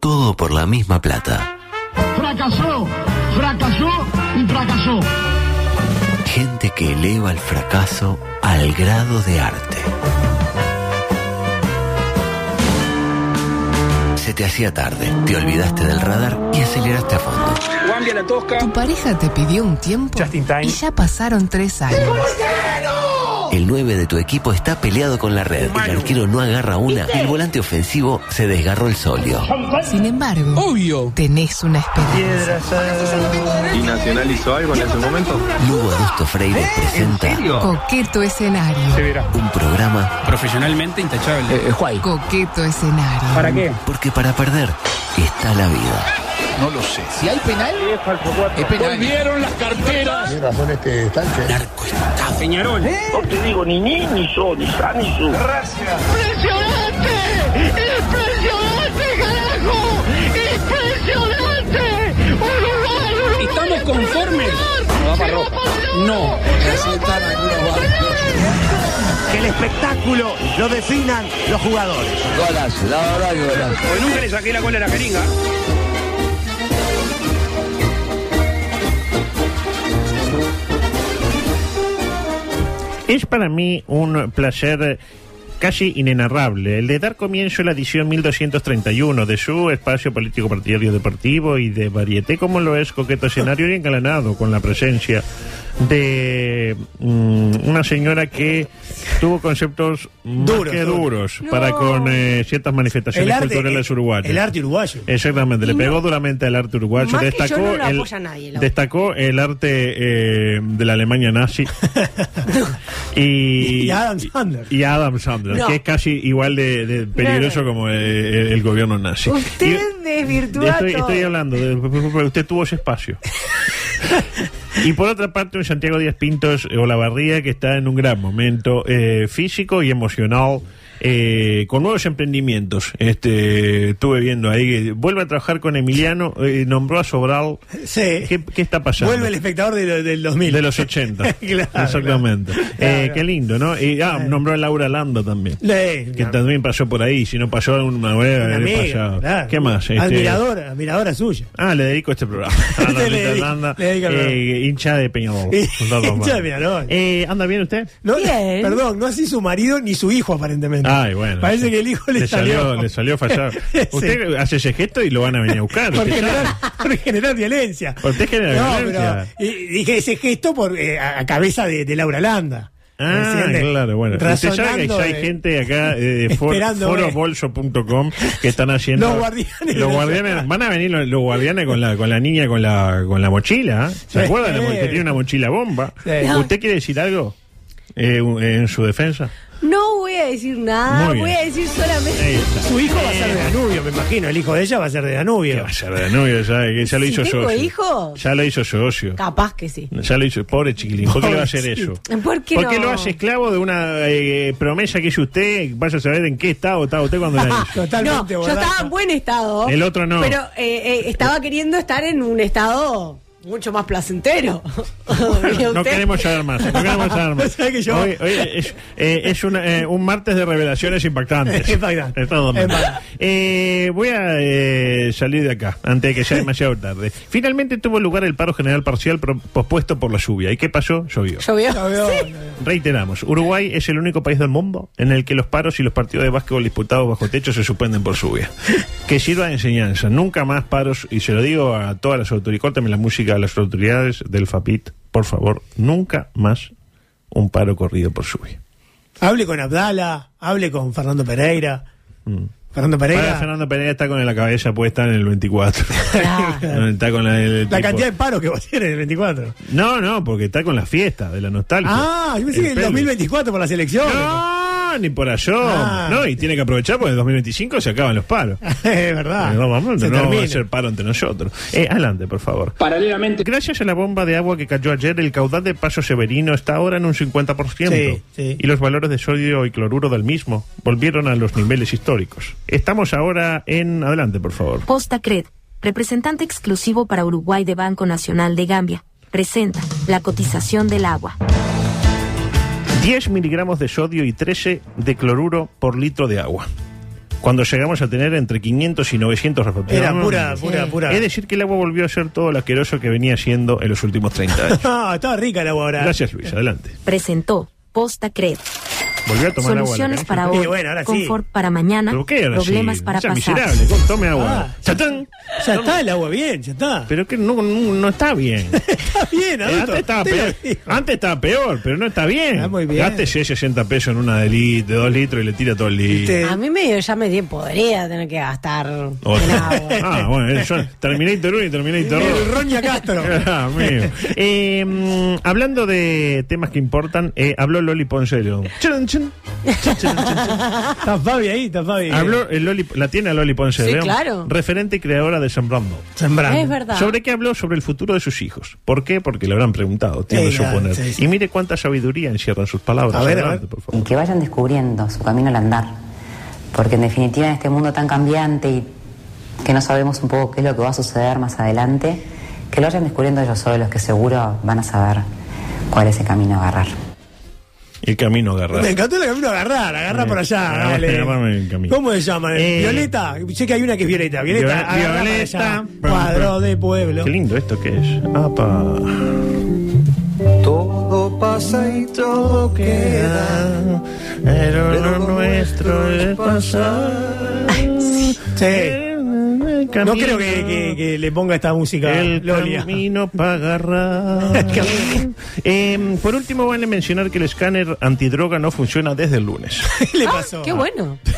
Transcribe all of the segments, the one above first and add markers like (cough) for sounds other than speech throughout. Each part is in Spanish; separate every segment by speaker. Speaker 1: todo por la misma plata.
Speaker 2: Fracasó, fracasó y fracasó.
Speaker 1: Gente que eleva el fracaso al grado de arte. Se te hacía tarde, te olvidaste del radar y aceleraste a fondo.
Speaker 3: Guambia la tosca.
Speaker 4: Tu pareja te pidió un tiempo
Speaker 3: Just in time.
Speaker 4: y ya pasaron tres años.
Speaker 1: El 9 de tu equipo está peleado con la red. El arquero no agarra una. El volante ofensivo se desgarró el solio.
Speaker 4: Sin embargo,
Speaker 3: Obvio.
Speaker 4: tenés una experiencia.
Speaker 5: ¿Y Nacional hizo algo en ese momento?
Speaker 1: Lugo Augusto Freire presenta
Speaker 4: Coqueto
Speaker 3: Se
Speaker 4: escenario.
Speaker 3: verá.
Speaker 1: un programa
Speaker 6: Profesionalmente intachable.
Speaker 4: Coqueto escenario.
Speaker 3: Eh, ¿Para qué?
Speaker 1: porque para perder está la vida.
Speaker 6: Volvieron las carteras.
Speaker 3: Peñarol.
Speaker 6: ¿Eh?
Speaker 2: ¡Impresionante! ¡Impresionante, carajo! ¡Impresionante! ¡Uruguay, Uruguay!
Speaker 6: ¿Estamos conformes?
Speaker 2: No va para roja.
Speaker 6: No.
Speaker 7: Que el espectáculo lo definan los jugadores.
Speaker 3: Porque nunca le saqué la cola a la jeringa.
Speaker 8: Es para mí un placer casi inenarrable el de dar comienzo a la edición 1231 de su espacio político partidario deportivo y de varieté como lo es coqueto escenario y engalanado con la presencia de mm, una señora que tuvo conceptos duros,
Speaker 7: Duros,
Speaker 8: que
Speaker 7: duros. eh,
Speaker 8: duros para con eh, ciertas manifestaciones culturales uruguayas.
Speaker 7: el arte uruguayo.
Speaker 8: Exactamente, le pegó duramente al arte uruguayo.
Speaker 9: Más que
Speaker 8: destacó,
Speaker 9: yo no lo
Speaker 8: el,
Speaker 9: apoya nadie, la
Speaker 8: destacó el arte eh, de la Alemania
Speaker 9: (laughs)
Speaker 8: nazi. y,
Speaker 7: Y Adam Sandler.
Speaker 8: y Adam Sandler,
Speaker 9: No.
Speaker 8: que es casi igual de, de peligroso como eh, el, el gobierno nazi.
Speaker 9: Usted
Speaker 8: Y-
Speaker 9: desvirtúa
Speaker 8: Estoy,
Speaker 9: todo.
Speaker 8: estoy hablando, de- usted tuvo ese
Speaker 9: (laughs)
Speaker 8: espacio. Y por otra parte, un Santiago Díaz Pintos eh, Olavarría que está en un gran momento eh, físico y emocional. eh, con nuevos emprendimientos, este, estuve viendo ahí, que vuelve a trabajar con Emiliano, eh, nombró a Sobral,
Speaker 7: Sí.
Speaker 8: ¿Qué, qué está pasando?
Speaker 7: Vuelve el espectador de lo- del 2000.
Speaker 8: de los 80,
Speaker 7: (laughs) Claro,
Speaker 8: exactamente.
Speaker 7: claro.
Speaker 8: Eh,
Speaker 7: Claro.
Speaker 8: Qué lindo, ¿no? Y ah, nombró a Laura Landa también.
Speaker 7: Le-
Speaker 8: Que también pasó por ahí, si no pasó una vez,
Speaker 7: una
Speaker 8: haber
Speaker 7: amiga,
Speaker 8: pasado.
Speaker 7: claro.
Speaker 8: ¿Qué más? Este,
Speaker 7: Admiradora, admiradora suya.
Speaker 8: Ah, le dedico este
Speaker 7: (laughs)
Speaker 8: programa. A la
Speaker 7: Le
Speaker 8: Rita
Speaker 7: dedico-
Speaker 8: Landa,
Speaker 7: le dedico el
Speaker 8: eh,
Speaker 7: programa.
Speaker 8: hincha de
Speaker 7: (laughs)
Speaker 8: Peñarol. No, no,
Speaker 7: Hincha de
Speaker 8: bueno.
Speaker 7: Peñarol.
Speaker 8: Eh, ¿Anda bien usted?
Speaker 7: No,
Speaker 9: Bien.
Speaker 7: Perdón, no así su marido ni su hijo aparentemente.
Speaker 8: Ay, bueno.
Speaker 7: Parece que el hijo le,
Speaker 8: salió, Le salió fallar.
Speaker 7: (laughs) Sí.
Speaker 8: Usted hace ese gesto y lo van a venir a buscar.
Speaker 7: Por
Speaker 8: usted
Speaker 7: generar,
Speaker 8: sabe.
Speaker 7: por generar violencia.
Speaker 8: Por usted generar
Speaker 7: no,
Speaker 8: violencia.
Speaker 7: Pero, y- dije ese gesto por, eh, a a cabeza de, de Laura Landa.
Speaker 8: Ah,
Speaker 7: ¿Entiende?
Speaker 8: claro, bueno. Usted sabe que
Speaker 7: Razonando
Speaker 8: ya hay
Speaker 7: de-
Speaker 8: gente acá eh, de for-
Speaker 7: Esperando, eh.
Speaker 8: forobolso.com que están haciendo.
Speaker 7: Los guardianes
Speaker 8: Los
Speaker 7: de-
Speaker 8: guardianes. Van a venir los, los guardianes con la, con la niña con la, con la mochila. ¿eh? ¿Se
Speaker 7: Sí.
Speaker 8: acuerdan? La mo- Que tiene una mochila bomba.
Speaker 7: Sí.
Speaker 8: ¿Usted quiere decir algo eh, u- en su defensa?
Speaker 9: No voy a decir nada,
Speaker 8: Muy bien.
Speaker 9: voy a decir solamente.
Speaker 8: Ahí está.
Speaker 7: Su eh, hijo va a ser de Danubio, me imagino. El hijo de ella va a ser de
Speaker 8: ¿Qué
Speaker 7: Danubio.
Speaker 8: va a ser de novio? Ya, que ya lo
Speaker 9: Si
Speaker 8: hizo
Speaker 9: tengo
Speaker 8: socio.
Speaker 9: hijo.
Speaker 8: Ya lo hizo socio.
Speaker 9: Capaz que sí.
Speaker 8: Ya lo hizo. Pobre chiquilín. ¿Por qué le va a hacer eso?
Speaker 9: ¿Por qué
Speaker 8: Porque
Speaker 9: no?
Speaker 8: lo hace esclavo de una eh, promesa que hizo usted. Vaya a saber en qué estado estaba usted cuando la hizo.
Speaker 9: No,
Speaker 7: Totalmente
Speaker 9: yo
Speaker 7: borracho.
Speaker 9: estaba en buen estado.
Speaker 8: El otro no.
Speaker 9: Pero eh, eh, estaba queriendo estar en un estado mucho más placentero. (laughs) ¿Vio
Speaker 8: No
Speaker 9: usted?
Speaker 8: queremos saber más, no queremos saber más.
Speaker 7: ¿Sabes que yo-
Speaker 8: Hoy, hoy es, eh, es una, eh, un martes de revelaciones impactantes.
Speaker 7: Impactante.
Speaker 8: Es todo mal.
Speaker 7: Impactante.
Speaker 8: Eh, voy a eh, salir de acá antes de que sea demasiado tarde. Finalmente tuvo lugar el paro general parcial pro- pospuesto por la lluvia. ¿Y qué pasó? Llovió.
Speaker 9: Llovió.
Speaker 7: Danubio,
Speaker 8: Reiteramos, Uruguay es el único país del mundo en el que los paros y los partidos de básquetbol disputados bajo techo se suspenden por
Speaker 7: (laughs)
Speaker 8: lluvia. Que sirva de enseñanza, nunca más paros, y se lo digo a todas las autoridades, córtame la música a las autoridades del FAPIT, por favor, nunca más un paro corrido por lluvia.
Speaker 7: Hable con Abdala, hable con Fernando Pereira. Fernando
Speaker 8: Para
Speaker 7: Pereira.
Speaker 8: Fernando Pereira está con la cabeza puesta en el 24. (laughs) está con la, el
Speaker 7: La
Speaker 8: tipo-
Speaker 7: cantidad de paros que va a hacer en el 24.
Speaker 8: No, no, porque está con la fiesta de la nostalgia.
Speaker 7: Ah, yo pensé
Speaker 8: El
Speaker 7: que el
Speaker 8: pelo.
Speaker 7: 2024 por las elecciones.
Speaker 8: No, ni por allá.
Speaker 7: Ah.
Speaker 8: No, y tiene que aprovechar porque en 2025 se acaban los paros.
Speaker 7: (laughs) es verdad.
Speaker 8: Eh, no, vamos,
Speaker 7: Se
Speaker 8: no va
Speaker 7: termina.
Speaker 8: a ser paro entre nosotros. Eh, adelante, por favor.
Speaker 3: Paralelamente.
Speaker 8: Gracias a la bomba de agua que cayó ayer, el caudal de Paso Severino está ahora en un 50%.
Speaker 7: Sí, sí.
Speaker 8: Y los valores de sodio y cloruro del mismo volvieron a los niveles históricos. Estamos ahora en... Adelante, por favor.
Speaker 10: Postacred, representante exclusivo para Uruguay de Banco Nacional de Gambia, presenta la cotización del agua.
Speaker 8: 10 miligramos de sodio y 13 de cloruro por litro de agua. cuando llegamos a tener entre 500 y 900 refractarios.
Speaker 7: Era pura, pura,
Speaker 8: Sí.
Speaker 7: pura.
Speaker 8: Es decir, que el agua volvió a ser todo lo asqueroso que venía siendo en los últimos 30
Speaker 7: (laughs)
Speaker 8: años.
Speaker 7: Ah, estaba rica el agua ahora.
Speaker 8: Gracias, Luis. Adelante.
Speaker 10: presentó Posta Cred.
Speaker 8: Volvió a tomar
Speaker 10: Soluciones
Speaker 8: agua. a la
Speaker 10: para
Speaker 7: Y
Speaker 10: hoy,
Speaker 7: bueno, ahora sí.
Speaker 10: confort para mañana,
Speaker 8: ¿Pero qué ahora sí?
Speaker 10: problemas para
Speaker 8: Sea
Speaker 10: pasar.
Speaker 8: miserable. con- Tome agua.
Speaker 7: Ah.
Speaker 8: ¡Chatán!
Speaker 7: Ya está el agua bien, ya está.
Speaker 8: Pero que no, no, no está bien.
Speaker 7: (laughs) Está bien,
Speaker 8: Eh,
Speaker 7: adulto.
Speaker 8: antes, estaba
Speaker 7: Te lo
Speaker 8: peor,
Speaker 7: digo.
Speaker 8: antes estaba peor, pero no está bien.
Speaker 7: Ah, muy bien.
Speaker 8: Gástese 60 pesos en una de, lit- de 2 litros y le tira todo el litro.
Speaker 7: Viste.
Speaker 9: A mí medio ya me di podría tener que gastar
Speaker 8: O-
Speaker 9: en agua.
Speaker 8: ah, bueno, yo Terminator 1 y Terminator 2.
Speaker 7: El Roña Castro.
Speaker 8: Ah, (laughs) amigo. Eh, mm, hablando de temas que importan, eh, habló Loli Ponsero. Chun, chun.
Speaker 7: Está Fabi ahí, está Fabi.
Speaker 8: Habló el Loli, la tiene a Loli Ponsero.
Speaker 9: Sí, claro.
Speaker 8: Referente y creadora de Sembrando.
Speaker 7: Sembrando.
Speaker 9: Es verdad.
Speaker 8: ¿Sobre qué habló? Sobre el futuro de sus hijos. ¿Por qué? Porque le habrán preguntado, tiendo a
Speaker 7: Ella,
Speaker 8: suponer.
Speaker 7: sí, sí.
Speaker 8: Y mire cuánta sabiduría encierran sus palabras.
Speaker 7: A ver, a
Speaker 8: Adelante,
Speaker 7: ver.
Speaker 8: por favor.
Speaker 11: y que vayan descubriendo su camino al andar. Porque en definitiva en este mundo tan cambiante y que no sabemos un poco qué es lo que va a suceder más adelante, que lo vayan descubriendo ellos solos, que seguro van a saber cuál es el camino a agarrar.
Speaker 8: El camino agarrado.
Speaker 7: Me encantó el camino a agarrar, agarra
Speaker 8: Eh,
Speaker 7: por allá,
Speaker 8: agarra-
Speaker 7: dale.
Speaker 8: agarrame el camino.
Speaker 7: ¿Cómo se llama?
Speaker 8: Eh,
Speaker 7: Violeta. Sé que hay una que es Violeta. Violeta,
Speaker 8: Viola-
Speaker 7: agarra para
Speaker 8: Violeta.
Speaker 7: allá. Cuadro de pueblo.
Speaker 8: Qué lindo esto que es. Apa.
Speaker 2: Todo pasa y todo
Speaker 8: queda, pero lo nuestro es pasar. Eh,
Speaker 7: Sí. No creo que, que- que le ponga esta música
Speaker 8: El
Speaker 7: Lolia.
Speaker 8: camino para agarrar. Eh, por último, vale mencionar que el escáner antidroga no funciona desde el lunes.
Speaker 7: ¿Qué le pasó?
Speaker 9: Qué bueno.
Speaker 7: (laughs)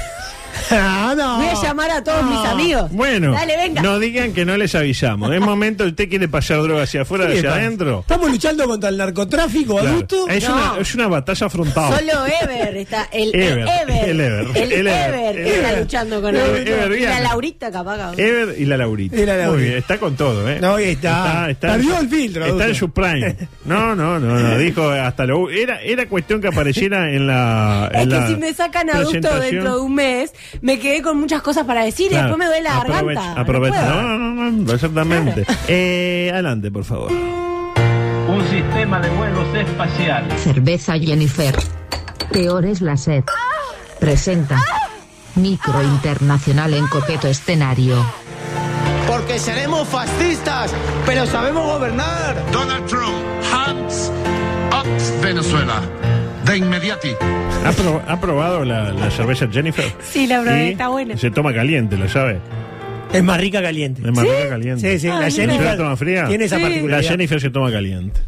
Speaker 7: Ah, no.
Speaker 9: Voy a llamar a todos mis amigos.
Speaker 8: Ah. Bueno,
Speaker 9: Dale, venga.
Speaker 8: no digan que no les avisamos. Es momento, usted quiere pasar droga hacia afuera,
Speaker 7: ¿Qué le
Speaker 8: hacia
Speaker 7: pasa?
Speaker 8: adentro.
Speaker 7: Estamos luchando contra el narcotráfico,
Speaker 8: Claro.
Speaker 7: adulto.
Speaker 8: Es,
Speaker 9: No.
Speaker 8: una, es una batalla frontal.
Speaker 9: Solo Ever está. El
Speaker 8: Ever,
Speaker 9: Ever.
Speaker 8: el
Speaker 9: El
Speaker 8: Ever,
Speaker 9: Ever.
Speaker 8: el Ever, el
Speaker 9: está
Speaker 8: Ever.
Speaker 9: luchando con
Speaker 8: Ever,
Speaker 9: él.
Speaker 8: Ever,
Speaker 9: Y la
Speaker 8: bien.
Speaker 9: Laurita capaz. cabrón.
Speaker 8: Ever y la Laurita.
Speaker 7: Y la Laurita.
Speaker 8: Muy bien, está con todo, ¿eh?
Speaker 7: No, ahí está. Perdió el filtro,
Speaker 8: Está
Speaker 7: adulto.
Speaker 8: en su prime. No, no, no,
Speaker 7: (laughs)
Speaker 8: no. Dijo hasta lo. Era, era cuestión que apareciera en la.
Speaker 9: Es
Speaker 8: en la
Speaker 9: que si me sacan adulto
Speaker 8: presentación.
Speaker 9: dentro de un mes, me quedé con muchas cosas para decir y
Speaker 8: Claro.
Speaker 9: después me duele la
Speaker 8: Aprovecha-
Speaker 9: garganta. No
Speaker 8: aprovecha.
Speaker 9: puedo.
Speaker 8: No, no, no, no, exactamente. Eh, adelante, por favor.
Speaker 2: Un sistema de vuelos espacial.
Speaker 12: Cerveza Jennifer. Peor es la sed. Presenta. Micro Internacional en coqueto escenario.
Speaker 2: Porque seremos fascistas, pero sabemos gobernar.
Speaker 5: Donald Trump, hands up Venezuela. De inmediati.
Speaker 8: ¿Ha, pro- ha probado la, la cerveza Jennifer?
Speaker 9: Sí, la probé,
Speaker 8: Y
Speaker 9: está buena.
Speaker 8: Se toma caliente, ¿lo sabe?
Speaker 7: Es más rica caliente.
Speaker 8: Es más rica caliente.
Speaker 7: Sí, sí, la
Speaker 9: Ah,
Speaker 8: ¿No se la
Speaker 7: Jennifer
Speaker 8: toma fría?
Speaker 7: tiene esa
Speaker 9: Sí.
Speaker 8: La
Speaker 7: particularidad.
Speaker 8: Jennifer se toma
Speaker 9: (laughs)
Speaker 8: caliente.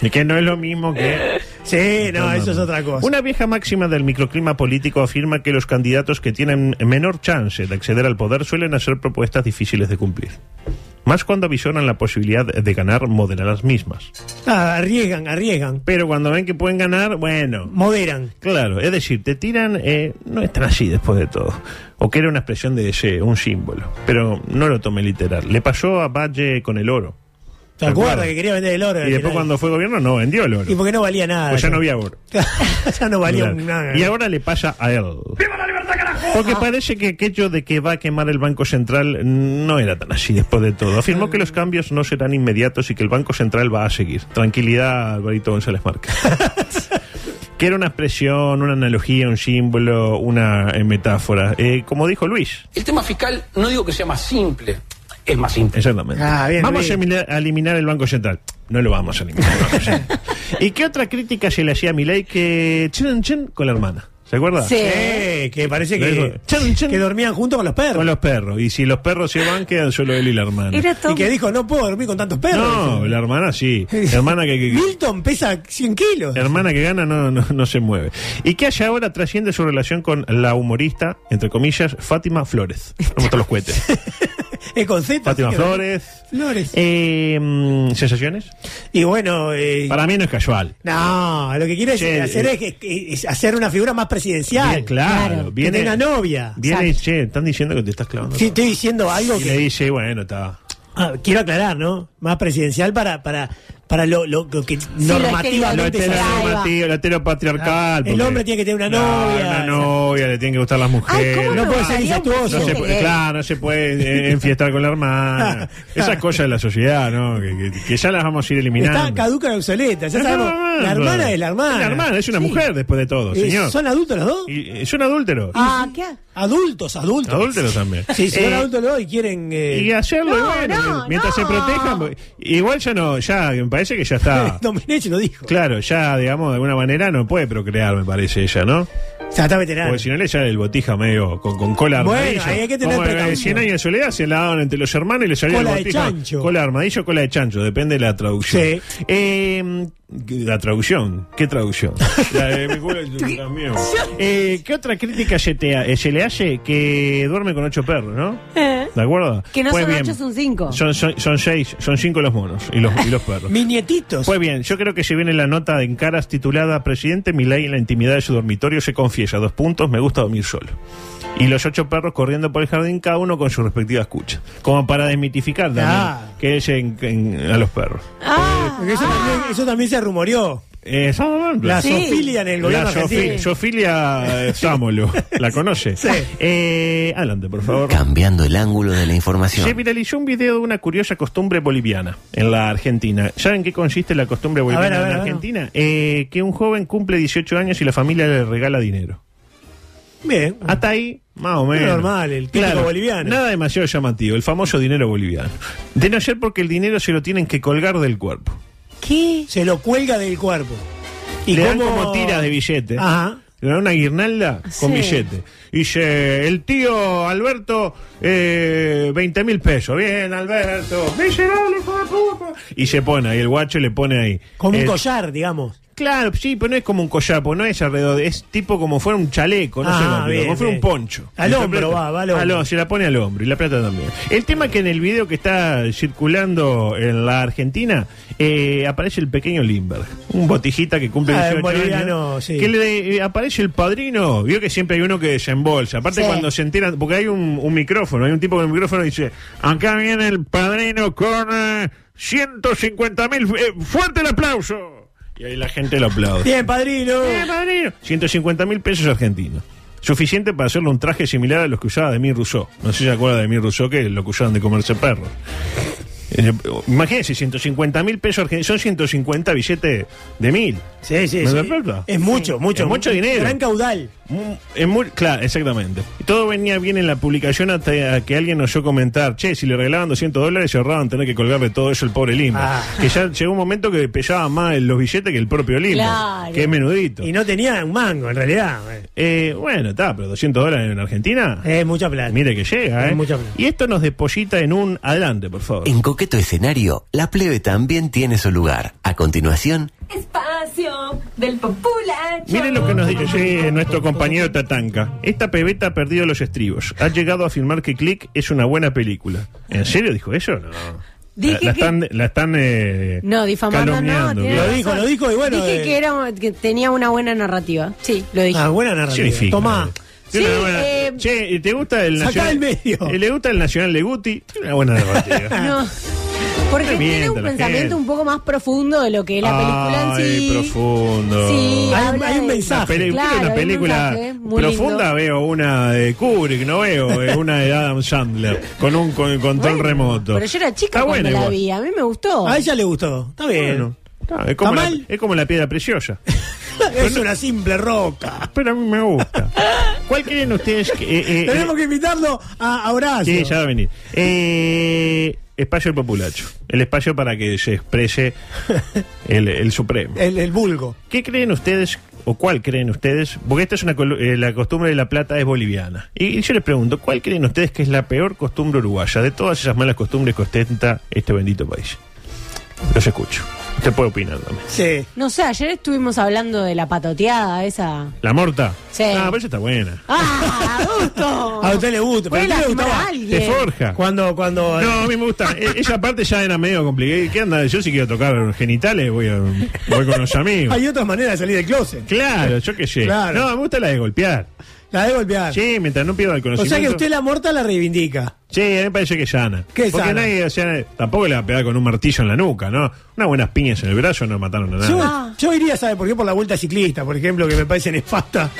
Speaker 8: Y que no es lo mismo que.
Speaker 7: Sí, (laughs) no, eso es otra cosa.
Speaker 8: Em- Una vieja máxima del microclima político afirma que los candidatos que tienen menor chance de acceder al poder suelen hacer propuestas difíciles de cumplir. Más cuando visoran la posibilidad de ganar, moderan las mismas.
Speaker 7: Ah, arriesgan, arriesgan,
Speaker 8: Pero cuando ven que pueden ganar, bueno.
Speaker 7: moderan.
Speaker 8: Claro, es decir, te tiran, eh, no es tan así después de todo. O que era una expresión de deseo, un símbolo. Pero no lo tomé literal. Le pasó a Valle con el oro.
Speaker 7: ¿Te acuerdas que quería vender el oro?
Speaker 8: Y después cuando fue gobierno no vendió el oro.
Speaker 7: Y porque no valía nada.
Speaker 8: Pues ya no había oro.
Speaker 7: (laughs) ya no valía
Speaker 8: Claro.
Speaker 7: nada. Ah.
Speaker 8: Y ahora le pasa a él. Porque parece que aquello de que va a quemar el Banco Central no era tan así después de todo. Afirmó que los cambios no serán inmediatos y que el Banco Central va a seguir. Tranquilidad, Alvarito González Márquez. (laughs) que era una expresión, una analogía, un símbolo, una eh, metáfora. Eh, como dijo Luis,
Speaker 3: El tema fiscal no digo que sea más simple, es más simple.
Speaker 8: Exactamente.
Speaker 7: Ah, bien,
Speaker 8: vamos
Speaker 7: bien.
Speaker 8: a eliminar, a eliminar el Banco Central. No lo vamos a eliminar. no, sí.
Speaker 7: (laughs)
Speaker 8: ¿Y qué otra crítica se le hacía a Milei que chen chen con la hermana? ¿Se acuerda?
Speaker 9: Sí.
Speaker 7: Eh, que parece que,
Speaker 8: Chan, chan.
Speaker 7: que dormían junto con los perros.
Speaker 8: Con los perros. Y si los perros se van, quedan solo él y la hermana.
Speaker 9: Era todo.
Speaker 7: Y que dijo, no puedo dormir con tantos perros.
Speaker 8: No, la hermana sí. La hermana que, que-
Speaker 7: Milton pesa 100 kilos.
Speaker 8: la hermana que gana no, no, no se mueve. ¿Y qué hay ahora trasciende su relación con la humorista, entre comillas, Fátima Flores? No me gustan los cohetes.
Speaker 7: (laughs) Es con Z.
Speaker 8: Fátima
Speaker 7: así que-
Speaker 8: Flores.
Speaker 7: Flores.
Speaker 8: Eh, mm, ¿Sensaciones?
Speaker 7: Y bueno, eh,
Speaker 8: Para mí no es casual.
Speaker 7: no, lo que quiere es
Speaker 8: Che,
Speaker 7: hacer
Speaker 8: eh,
Speaker 7: es, es- es hacer una figura más presidencial.
Speaker 8: Bien, claro,
Speaker 7: Que
Speaker 8: viene-
Speaker 7: tenga novia.
Speaker 8: Viene,
Speaker 7: Exacto.
Speaker 8: che, están diciendo que te estás clavando.
Speaker 7: Sí, estoy diciendo algo
Speaker 8: Y le
Speaker 7: que
Speaker 8: dice, bueno, está.
Speaker 7: Ah, quiero aclarar, ¿no? Más presidencial para para para lo, lo- lo que normativamente se
Speaker 8: lo
Speaker 7: hace.
Speaker 8: heteronormativo, lo heteropatriarcal.
Speaker 7: El
Speaker 8: porque-
Speaker 7: hombre tiene que tener una
Speaker 8: Claro,
Speaker 7: novia.
Speaker 8: Una novia, le tienen que gustar las mujeres.
Speaker 7: ¿cómo Eh, No me puede ser gustaría un incestuoso.
Speaker 8: No se
Speaker 7: presidente
Speaker 8: puede-
Speaker 7: gay?
Speaker 8: claro, no se puede eh, enfiestar con la
Speaker 7: (laughs)
Speaker 8: hermana. Esas cosas de la sociedad, ¿no? Que, que- que ya las vamos a ir eliminando.
Speaker 7: Está caduca la obsoleta. Ya
Speaker 8: Pero
Speaker 7: sabemos,
Speaker 8: no, no, no.
Speaker 7: la hermana es la hermana.
Speaker 8: La hermana es una
Speaker 7: Sí.
Speaker 8: mujer después de todo,
Speaker 7: Eh,
Speaker 8: señor.
Speaker 7: ¿Son adultos los dos?
Speaker 8: Y- eh, Es un adúltero.
Speaker 9: Ah, ¿qué?
Speaker 7: Adultos, adultos.
Speaker 8: Adúltero también.
Speaker 7: Sí, si son
Speaker 8: Eh,
Speaker 7: adultos los dos y quieren. eh,
Speaker 8: Y hacerlo,
Speaker 9: No,
Speaker 8: y bueno,
Speaker 9: no,
Speaker 8: mientras
Speaker 9: no.
Speaker 8: se protejan, pues, igual ya no, ya me parece que ya
Speaker 7: (laughs)
Speaker 8: está.
Speaker 7: Domenech lo dijo.
Speaker 8: Claro, ya, digamos, de alguna manera no puede procrear, me parece ella, ¿no?
Speaker 7: O sea, está veterano.
Speaker 8: Porque si no le sale el botija medio con, con cola
Speaker 7: Bueno,
Speaker 8: armadillo.
Speaker 7: ahí hay que tener
Speaker 8: Como, eh,
Speaker 7: precaución.
Speaker 8: 100 años de soledad se la daban entre los hermanos y le salía
Speaker 7: Cola
Speaker 8: el
Speaker 7: de
Speaker 8: botija.
Speaker 7: chancho.
Speaker 8: Cola de armadillo, cola de chancho, depende de la traducción.
Speaker 7: Sí.
Speaker 8: Eh, la traducción, ¿qué
Speaker 7: (laughs)
Speaker 8: traducción? La de mi culo y- también. Eh, ¿Qué otra crítica se, te ha- eh, se le hace? Que duerme con ocho perros, ¿no?
Speaker 9: Eh.
Speaker 8: ¿De acuerdo?
Speaker 9: Que no
Speaker 8: Pues
Speaker 9: son
Speaker 8: bien,
Speaker 9: ocho, son cinco.
Speaker 8: Son, son, son seis, son cinco los monos y los, y los perros.
Speaker 7: Mis nietitos.
Speaker 8: Pues bien, yo creo que si viene la nota de encaras titulada Presidente Milei en la intimidad de su dormitorio se confiesa, dos puntos, me gusta dormir solo. Y los ocho perros corriendo por el jardín, cada uno con su respectiva escucha. Como para desmitificar también
Speaker 7: Ah.
Speaker 8: que es en- en- a los perros.
Speaker 7: Porque eso, también, eso también se rumoreó.
Speaker 8: Eh, Sámolo,
Speaker 7: La
Speaker 8: sí.
Speaker 7: zoofilia en el gobierno
Speaker 8: La
Speaker 7: argentino.
Speaker 8: sofi- sofilia, eh, Sámolo, ¿la conoce? Eh, adelante, por favor.
Speaker 1: Cambiando el ángulo de la información.
Speaker 8: Se viralizó un video de una curiosa costumbre boliviana en la Argentina. ¿Saben qué consiste la costumbre boliviana
Speaker 7: A ver, a ver,
Speaker 8: en
Speaker 7: a
Speaker 8: la
Speaker 7: ver.
Speaker 8: Argentina? Eh, que un joven cumple 18 años y la familia le regala dinero.
Speaker 7: Bien.
Speaker 8: Hasta ahí, más o menos.
Speaker 7: Ah. normal, el típico boliviano.
Speaker 8: Nada demasiado llamativo, el famoso dinero boliviano. De no ser porque el dinero se lo tienen que colgar del cuerpo.
Speaker 9: ¿Qué?
Speaker 7: Se lo cuelga del cuerpo.
Speaker 8: Y le dan como tiras de billete.
Speaker 7: Ajá.
Speaker 8: Le dan una guirnalda con
Speaker 9: Sí.
Speaker 8: billete. Y dice, el tío Alberto, eh, 20 mil pesos. Bien, Alberto. Miserable, hijo de puta. Y se pone ahí, el guacho le pone ahí.
Speaker 7: Como un
Speaker 8: Eh,
Speaker 7: collar, digamos.
Speaker 8: Claro, sí, pero no es como un collar, pues no es alrededor, de- es tipo como fuera un chaleco, no
Speaker 7: Ah,
Speaker 8: sé cómo,
Speaker 7: bien,
Speaker 8: como fuera un
Speaker 7: bien.
Speaker 8: poncho.
Speaker 7: Al
Speaker 8: Y la
Speaker 7: hombro
Speaker 8: plata- Ah,
Speaker 7: va, va al hombro.
Speaker 8: se la pone al hombro y la plata también. El tema es que en el video que está circulando en la Argentina eh, aparece el pequeño Lindbergh, un botijita que cumple
Speaker 7: Ah,
Speaker 8: 18
Speaker 7: boliviano,
Speaker 8: años.
Speaker 7: sí.
Speaker 8: Que le eh, aparece el padrino, vio que siempre hay uno que desembolsa. Aparte
Speaker 9: Sí.
Speaker 8: cuando se enteran, porque hay un, un micrófono, hay un tipo con el micrófono y dice, acá viene el padrino con... eh, 150 mil, eh, fuerte el aplauso. Y ahí la gente lo aplaude.
Speaker 7: Bien, padrino.
Speaker 8: ¡Eh, padrino! 150 mil pesos argentinos. Suficiente para hacerle un traje similar a los que usaba Demi Rousseau. No sé si se acuerda de Demi Rousseau que lo que usaban de comerse perros. Eh, Imagínense, 150 mil pesos argentinos. Son 150 billetes de mil.
Speaker 7: Sí, sí,
Speaker 8: ¿Me
Speaker 7: sí.
Speaker 8: recuerda?
Speaker 7: Es mucho, mucho.
Speaker 8: Es mucho dinero.
Speaker 7: Gran caudal.
Speaker 8: Mm, es muy- claro, exactamente. Y Todo venía bien en la publicación hasta que alguien nos oyó comentar, che, si le regalaban 200 dólares se ahorraban tener que colgarle todo eso el pobre Lima.
Speaker 7: Ah.
Speaker 8: Que ya llegó un momento que pesaba más los billetes que el propio Lima,
Speaker 9: Claro.
Speaker 8: que es menudito.
Speaker 7: Y no tenía un mango, en realidad. eh.
Speaker 8: Eh, bueno, está, pero 200 dólares en Argentina,
Speaker 7: Es mucha plata.
Speaker 8: mire que llega,
Speaker 7: Eh, Es
Speaker 8: ¿eh?
Speaker 7: mucha plata.
Speaker 8: Y esto nos deposita en un... Adelante, por favor.
Speaker 1: En coqueto escenario, la plebe también tiene su lugar. A continuación,
Speaker 6: Espacio del popular.
Speaker 8: Miren lo que nos dice nuestro compañero Tatanka. Esta pebeta ha perdido los estribos. Ha llegado a afirmar que Click es una buena película. ¿En serio dijo eso? No. la,
Speaker 9: Dije
Speaker 8: la
Speaker 9: que-
Speaker 8: están, la están eh,
Speaker 9: No, difamando no.
Speaker 8: calumniando.
Speaker 9: tiene
Speaker 8: ¿no?
Speaker 7: Lo dijo,
Speaker 9: razón.
Speaker 7: lo dijo, y bueno,
Speaker 9: Dije
Speaker 7: eh.
Speaker 9: que, era, que tenía una buena narrativa. Sí, lo dije.
Speaker 7: Ah, buena
Speaker 8: ¿Qué
Speaker 7: narrativa.
Speaker 8: significa?
Speaker 7: Tomá.
Speaker 8: Tiene una
Speaker 9: Sí,
Speaker 8: buena-
Speaker 9: eh,
Speaker 8: che, ¿te gusta el
Speaker 7: sacá
Speaker 8: nacional?
Speaker 7: del medio.
Speaker 8: Eh, ¿Le gusta el nacional de Guti? Tiene una buena narrativa.
Speaker 9: (laughs) No. Porque
Speaker 8: No
Speaker 9: tiene
Speaker 8: mienta
Speaker 9: un
Speaker 8: la
Speaker 9: pensamiento
Speaker 8: gente.
Speaker 9: un poco más profundo de lo que es la película en sí.
Speaker 8: Ay, profundo.
Speaker 9: Sí,
Speaker 7: Hay-
Speaker 9: habla
Speaker 7: hay un
Speaker 9: de-
Speaker 7: mensaje.
Speaker 8: Peli-
Speaker 9: Claro, hay
Speaker 8: una
Speaker 9: un
Speaker 8: película
Speaker 9: mensaje muy
Speaker 8: profunda
Speaker 9: lindo.
Speaker 8: veo una de Kubrick, no veo eh, una de Adam Sandler con un con- control
Speaker 9: Bueno,
Speaker 8: remoto.
Speaker 9: Pero yo era chica
Speaker 8: Está
Speaker 9: cuando
Speaker 8: bueno
Speaker 9: la
Speaker 8: igual. Ah,
Speaker 9: vi, a mí me gustó.
Speaker 7: A ella le gustó. Está bien.
Speaker 8: Bueno, Eh, está, es, como
Speaker 7: ¿Está
Speaker 8: la,
Speaker 7: mal?
Speaker 8: es como la piedra preciosa.
Speaker 7: (laughs) es una simple roca.
Speaker 8: Pero a mí me gusta. ¿Cuál creen ustedes que... eh, eh,
Speaker 7: Tenemos que invitarlo a, a Horacio.
Speaker 8: Sí, ya va a venir. Eh, espacio del populacho. El espacio para que se exprese el, el supremo.
Speaker 7: El, el vulgo.
Speaker 8: ¿Qué creen ustedes o cuál creen ustedes? Porque esta es una colu- eh, la costumbre de la plata es boliviana. Y yo les pregunto, ¿cuál creen ustedes que es la peor costumbre uruguaya de todas esas malas costumbres que ostenta este bendito país? Los escucho. Usted puede opinar también.
Speaker 7: Sí.
Speaker 9: No sé, ayer estuvimos hablando de la patoteada esa.
Speaker 8: La morta.
Speaker 9: Sí.
Speaker 8: Ah, pero esa está buena.
Speaker 9: ¡Ah,
Speaker 8: (laughs)
Speaker 9: gusto!
Speaker 7: A usted le gusta,
Speaker 9: Puede
Speaker 7: pero a usted le
Speaker 9: lastimar
Speaker 7: gustaba.
Speaker 9: a alguien.
Speaker 8: Te forja.
Speaker 7: Cuando, cuando.
Speaker 8: No, a mí me gusta. E- Esa parte ya era medio complicada. ¿Qué anda? Yo si quiero tocar genitales voy, a- voy con los amigos.
Speaker 7: Hay otras maneras de salir del closet.
Speaker 8: Claro, yo qué sé.
Speaker 7: Claro.
Speaker 8: No, me gusta la de golpear.
Speaker 7: La de golpear.
Speaker 8: Sí, mientras no pierda el
Speaker 7: O
Speaker 8: conocimiento.
Speaker 7: sea que usted la morta la reivindica.
Speaker 8: Sí, a mí me parece que es sana.
Speaker 7: ¿Qué es
Speaker 8: Porque
Speaker 7: sana?
Speaker 8: nadie, o sea, tampoco le va a pegar con un martillo en la nuca, ¿no? Unas buenas piñas en el brazo no mataron a nadie.
Speaker 7: Yo, yo iría, ¿sabe por qué? Por la vuelta ciclista, por ejemplo, que me
Speaker 8: (laughs)
Speaker 7: parece nefasta.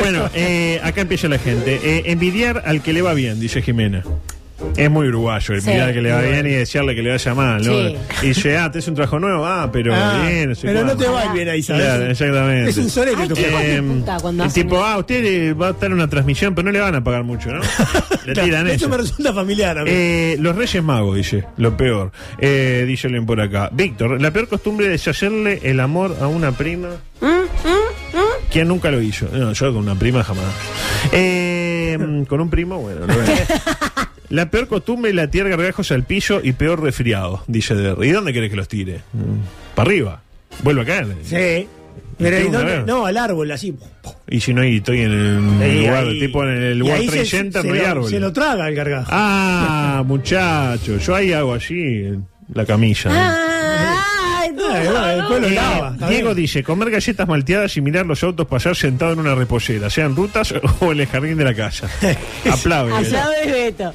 Speaker 8: Bueno, eh, acá empieza la gente. Eh, envidiar al que le va bien, dice Jimena. Es muy uruguayo envidiar al que le va bien y desearle que le vaya mal, ¿no?
Speaker 7: Sí.
Speaker 8: Y dice, ah, te es un trabajo nuevo, ah, pero
Speaker 7: Ah,
Speaker 8: bien, no sé
Speaker 7: pero no
Speaker 8: cuánto.
Speaker 7: te va bien ahí, ¿sabes?
Speaker 8: Claro, exactamente.
Speaker 7: Es un sorete tu
Speaker 8: Eh,
Speaker 7: jefe.
Speaker 9: cuando
Speaker 8: el
Speaker 9: hacen
Speaker 8: tipo, ah, usted eh, va a estar en una transmisión, pero no le van a pagar mucho,
Speaker 7: (laughs)
Speaker 8: ¿no? Le
Speaker 7: Claro,
Speaker 8: tiran
Speaker 7: Eso
Speaker 8: eso.
Speaker 7: me resulta familiar a mí.
Speaker 8: Eh, los Reyes Magos, dice, lo peor. Eh, dice alguien por acá. Víctor, la peor costumbre es hacerle el amor a una prima.
Speaker 7: ¿Mm?
Speaker 8: ¿Quién nunca lo hizo? No, yo con una prima jamás. Eh,
Speaker 7: (laughs)
Speaker 8: mm, con un primo, bueno. no es. La peor costumbre es la tierra gargajos al piso y peor resfriado, dice Der. ¿Y dónde querés que los tire? ¿Para arriba? ¿Vuelvo a caer?
Speaker 7: Sí. Pero
Speaker 8: Sí,
Speaker 7: ¿y
Speaker 8: una
Speaker 7: dónde?
Speaker 8: vez.
Speaker 7: No, al árbol, así.
Speaker 8: Y si no, y estoy eh. en el
Speaker 7: Ahí,
Speaker 8: lugar,
Speaker 7: ahí.
Speaker 8: tipo en el
Speaker 7: Y
Speaker 8: World
Speaker 7: ahí
Speaker 8: Trade
Speaker 7: se-
Speaker 8: Center,
Speaker 7: se
Speaker 8: no hay
Speaker 7: lo-
Speaker 8: árboles.
Speaker 7: Se lo traga el gargajo.
Speaker 8: Ah, muchacho, yo ahí hago allí en la camilla. ¿eh?
Speaker 9: Ah. Ay, no.
Speaker 7: Ah, (laughs) bueno, después lo
Speaker 8: Eh,
Speaker 7: lava. está
Speaker 8: Diego
Speaker 7: bien.
Speaker 8: dice, comer galletas malteadas y mirar los autos pasar sentado en una repollera, sea en rutas (laughs) o en el jardín de la
Speaker 9: (laughs)
Speaker 8: casa. Aplaude.
Speaker 9: Allá ves Beto.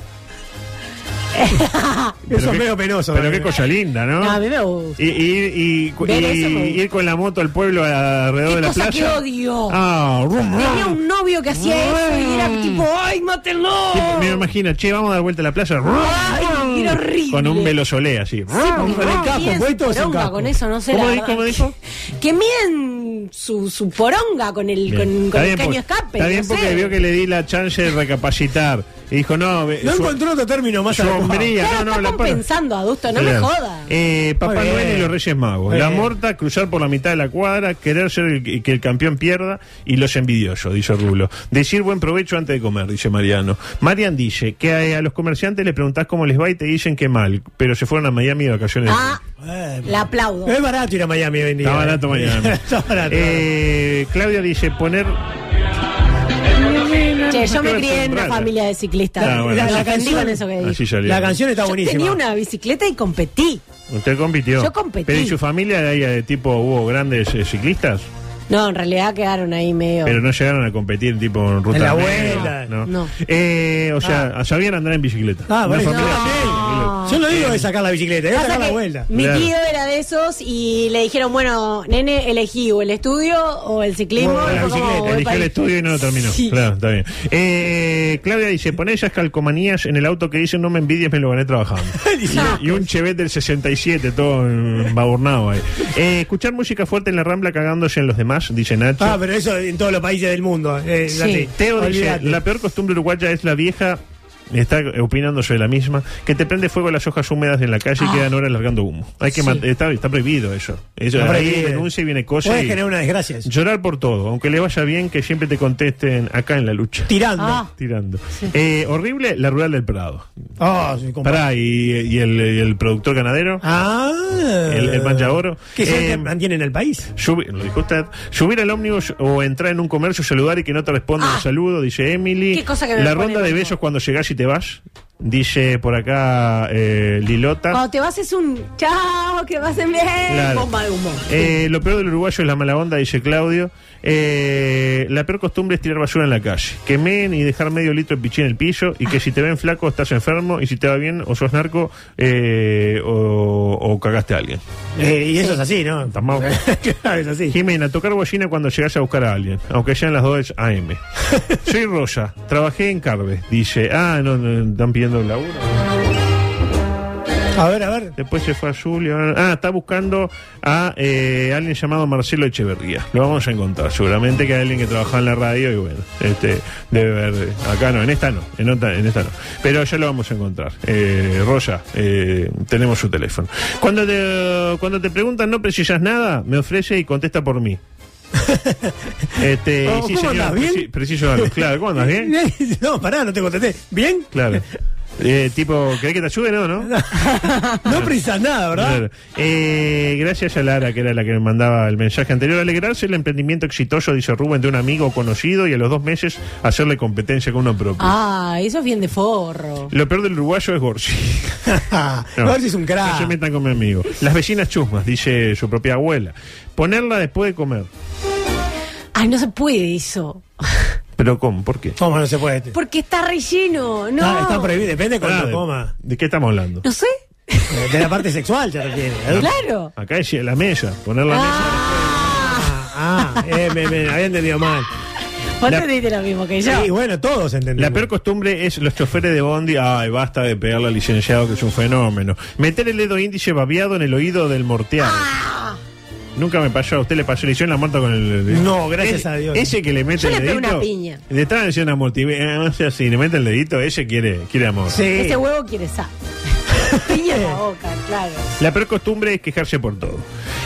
Speaker 8: Pero
Speaker 7: Eso es
Speaker 8: qué-
Speaker 7: medio penoso. ¿eh?
Speaker 8: Pero qué
Speaker 7: también.
Speaker 8: cosa linda, ¿no?
Speaker 9: No, a mí me gusta.
Speaker 8: Y, y- y- cu-
Speaker 9: Ver
Speaker 8: y-
Speaker 9: eso me gusta.
Speaker 8: ir con la moto al pueblo alrededor de la
Speaker 9: Cosa
Speaker 8: playa.
Speaker 9: que odio.
Speaker 8: Ah, rum, rum.
Speaker 9: Tenía un novio que hacía eso y era tipo, ¡ay,
Speaker 7: Ah,
Speaker 9: mátenlo!
Speaker 8: Tipo, Me imagino, che, vamos a dar vuelta a la playa. rum,
Speaker 9: Ay, era horrible.
Speaker 8: Con un velozolé así.
Speaker 9: Sí, porque
Speaker 7: Con el
Speaker 9: no,
Speaker 7: capo,
Speaker 9: tienen
Speaker 7: fue
Speaker 9: su
Speaker 7: todo sin
Speaker 9: poronga
Speaker 7: capo.
Speaker 9: con eso, no sé
Speaker 8: ¿Cómo
Speaker 9: la
Speaker 8: di-
Speaker 9: verdad.
Speaker 8: cómo dijo?
Speaker 9: Que miden su, su poronga con el,
Speaker 8: Bien.
Speaker 9: con,
Speaker 8: Está
Speaker 9: con el
Speaker 8: bien,
Speaker 9: caño
Speaker 8: porque-
Speaker 9: escape.
Speaker 8: Está bien
Speaker 9: no
Speaker 8: porque
Speaker 9: sé.
Speaker 8: vio que le di la chance de recapacitar. Y dijo, no, eh,
Speaker 7: No
Speaker 8: su-
Speaker 7: encontré otro término más
Speaker 8: su
Speaker 7: adecuado.
Speaker 8: hombría.
Speaker 9: Claro,
Speaker 8: no, no,
Speaker 9: está
Speaker 8: la par-
Speaker 9: compensando, adusto, no me
Speaker 8: Claro.
Speaker 9: jodas.
Speaker 8: Eh, Papá
Speaker 7: Muy bien.
Speaker 8: Noel y los Reyes Magos.
Speaker 7: Muy
Speaker 8: la
Speaker 7: bien.
Speaker 8: morta, cruzar por la mitad de la cuadra, querer ser el, que el campeón pierda y los envidiosos, dice Rulo. Decir buen provecho antes de comer, dice Mariano. Marian dice que a, a los comerciantes les preguntás cómo les va y te dicen que mal, pero se fueron a Miami de vacaciones.
Speaker 9: Ah,
Speaker 7: Eh,
Speaker 9: la aplaudo.
Speaker 7: Es barato ir a Miami hoy en día.
Speaker 8: Está barato
Speaker 7: eh.
Speaker 8: Miami.
Speaker 7: (laughs) Está barato.
Speaker 8: Eh, Claudia dice poner...
Speaker 9: Che, yo me
Speaker 8: Qué
Speaker 9: crié en una
Speaker 8: rara.
Speaker 9: familia de ciclistas.
Speaker 8: Ah, bueno,
Speaker 9: Me
Speaker 8: la- la
Speaker 9: ofendí
Speaker 7: canción-
Speaker 9: con eso que
Speaker 8: Así
Speaker 9: dije.
Speaker 8: salió.
Speaker 7: la canción está
Speaker 9: Yo
Speaker 7: buenísima.
Speaker 9: tenía una bicicleta y competí.
Speaker 8: Usted compitió.
Speaker 9: Yo competí.
Speaker 8: Pero ¿y su familia de ahí, de tipo hubo grandes eh, ciclistas?
Speaker 9: No, en realidad quedaron ahí medio.
Speaker 8: Pero no llegaron a competir tipo en ruta.
Speaker 7: En la
Speaker 8: media,
Speaker 7: vuelta.
Speaker 8: No.
Speaker 9: No. Ah.
Speaker 8: Eh, o sea, sabían andar en bicicleta.
Speaker 7: Ah,
Speaker 8: Una
Speaker 7: bueno,
Speaker 8: familia-
Speaker 7: sí. Yo lo digo de sacar la bicicleta, es
Speaker 9: Pasa
Speaker 7: sacar la
Speaker 9: que
Speaker 7: vuelta.
Speaker 9: Mi
Speaker 8: Claro.
Speaker 9: tío era de esos y le dijeron, bueno, nene, elegí o el estudio o el ciclismo.
Speaker 7: Bueno,
Speaker 9: Y
Speaker 7: la
Speaker 9: fue como,
Speaker 7: bicicleta,
Speaker 9: voy
Speaker 8: Eligió
Speaker 9: para
Speaker 8: el
Speaker 9: ahí.
Speaker 8: estudio y no lo terminó.
Speaker 9: Sí.
Speaker 8: Claro, está bien. Eh, Claudia dice: poné esas calcomanías en el auto que dicen no me envidies, me lo gané
Speaker 7: (laughs)
Speaker 8: trabajando. y, y
Speaker 7: pues.
Speaker 8: un Chevet del 67, todo mm, baburnado ahí. Eh, escuchar música fuerte en la rambla cagándose en los demás, dice Nacho. (laughs)
Speaker 7: Ah, pero eso en todos los países del mundo. eh, es
Speaker 9: Sí.
Speaker 7: así.
Speaker 8: Teo dice,
Speaker 7: Olvídate.
Speaker 8: la peor costumbre uruguaya es la vieja, está opinando sobre la misma, que te prende fuego las hojas húmedas en la calle
Speaker 7: Ah.
Speaker 8: y quedan horas largando humo. Hay que mat- está, está prohibido eso. eso
Speaker 7: Está
Speaker 8: ahí
Speaker 7: prohibido.
Speaker 8: denuncia y viene cosa.
Speaker 7: Puedes
Speaker 8: y-
Speaker 7: generar una desgracia. eso.
Speaker 8: Llorar por todo, aunque le vaya bien, que siempre te contesten acá en la lucha.
Speaker 7: Tirando.
Speaker 9: Ah.
Speaker 8: Tirando. Eh, horrible, la rural del Prado.
Speaker 7: Ah, sí, compa-
Speaker 8: Pará, y, y el, y el productor ganadero.
Speaker 7: Ah.
Speaker 8: El- el mancha oro.
Speaker 7: Que
Speaker 8: Eh,
Speaker 7: se mantiene en el país.
Speaker 8: Subi- lo dijo usted. Subir al ómnibus o entrar en un comercio, saludar y que no te respondan el saludo, dice Emily.
Speaker 9: Ah. Qué cosa que me
Speaker 8: la
Speaker 9: pone
Speaker 8: ronda de
Speaker 9: loco.
Speaker 8: besos cuando llegás y te vas, dice por acá eh, Lilota.
Speaker 9: Cuando te vas es un chao, que pasen bien.
Speaker 8: Claro.
Speaker 9: Bomba de humo.
Speaker 8: Eh, lo peor del uruguayo es la mala onda, dice Claudio. Eh, la peor costumbre es tirar basura en la calle. Quemen y dejar medio litro de pichín en el piso. Y que si te ven flaco estás enfermo. Y si te va bien o sos narco eh, o, o cagaste a alguien.
Speaker 7: Eh, y eso es así,
Speaker 8: (laughs)
Speaker 7: ¿no?
Speaker 8: Tampoco.
Speaker 7: claro, es así.
Speaker 8: Jimena, tocar bocina cuando llegas a buscar a alguien, aunque sean las 2 AM. Soy Rosa, trabajé en Carve. Dice, ah, no, no, están pidiendo el laburo.
Speaker 7: A ver, a ver.
Speaker 8: Después se fue a Julio. Ah, está buscando a eh, alguien llamado Marcelo Echeverría. Lo vamos a encontrar, seguramente que hay alguien que trabajaba en la radio y bueno, este, debe ver. eh, Acá no, en esta no, en, otra- en esta no. Pero ya lo vamos a encontrar. Eh, Rosa, eh, tenemos su teléfono. Cuando te, cuando te preguntan no precisas nada, me ofrece y contesta por
Speaker 7: (laughs)
Speaker 8: mí. Este,
Speaker 7: Oh,
Speaker 8: sí,
Speaker 7: ¿cómo
Speaker 8: señor,
Speaker 7: andás, bien?
Speaker 8: preci- preciso algo. Claro, ¿cómo andas?
Speaker 7: (laughs)
Speaker 8: ¿Bien?
Speaker 7: Eh, no, pará, no te contesté. ¿Bien?
Speaker 8: Claro. Eh, tipo, ¿querés que te ayude? No, no.
Speaker 7: No precisas nada, ¿verdad? (laughs)
Speaker 8: Claro. Eh, gracias a Lara, que era la que me mandaba el mensaje anterior. Alegrarse el emprendimiento exitoso, dice Rubén, de un amigo conocido y a los dos meses hacerle competencia con uno propio.
Speaker 9: Ah, eso es bien de forro.
Speaker 8: Lo peor del uruguayo es Gorsi.
Speaker 7: A ver si es
Speaker 8: (laughs)
Speaker 7: un
Speaker 8: No
Speaker 7: crack.
Speaker 8: se metan con mi amigo. Las vecinas chusmas, dice su propia abuela. Ponerla después de comer.
Speaker 9: Ay, no se puede eso.
Speaker 8: ¿Pero cómo? ¿Por qué?
Speaker 7: ¿Cómo no se puede?
Speaker 9: Porque está relleno, no.
Speaker 7: Ah, está prohibido, depende de cuánto
Speaker 8: Ah, de-
Speaker 7: coma.
Speaker 8: ¿De qué estamos hablando?
Speaker 9: No sé.
Speaker 7: Eh, De la parte sexual se refiere. ¿eh?
Speaker 9: Claro.
Speaker 8: Acá es la mesa, poner la
Speaker 9: Ah.
Speaker 7: Ah, ah, eh, me, me había
Speaker 9: (laughs)
Speaker 7: entendido mal.
Speaker 9: Vos
Speaker 8: La-
Speaker 9: entendiste lo mismo que yo.
Speaker 7: Sí, bueno, todos
Speaker 8: mesa. La
Speaker 7: entendemos.
Speaker 8: peor costumbre es los choferes de Bondi, ay, basta de pegarle al licenciado que es un fenómeno. Meter el dedo índice babeado en el oído del morteado.
Speaker 9: Ah,
Speaker 8: Nunca me pasó, a usted le pasó, le hicieron la muerta con el...
Speaker 7: No, gracias
Speaker 8: Ese-
Speaker 7: a Dios.
Speaker 8: Ese que le mete
Speaker 9: Yo
Speaker 8: el
Speaker 9: le
Speaker 8: dedito...
Speaker 9: pego una piña.
Speaker 8: Detrás le hicieron una multimedia, no sé si le mete el dedito, ese quiere, quiere amor.
Speaker 7: Sí.
Speaker 9: Ese huevo quiere
Speaker 7: (laughs)
Speaker 9: sal. Piña en la boca, claro.
Speaker 8: La peor costumbre es quejarse por todo.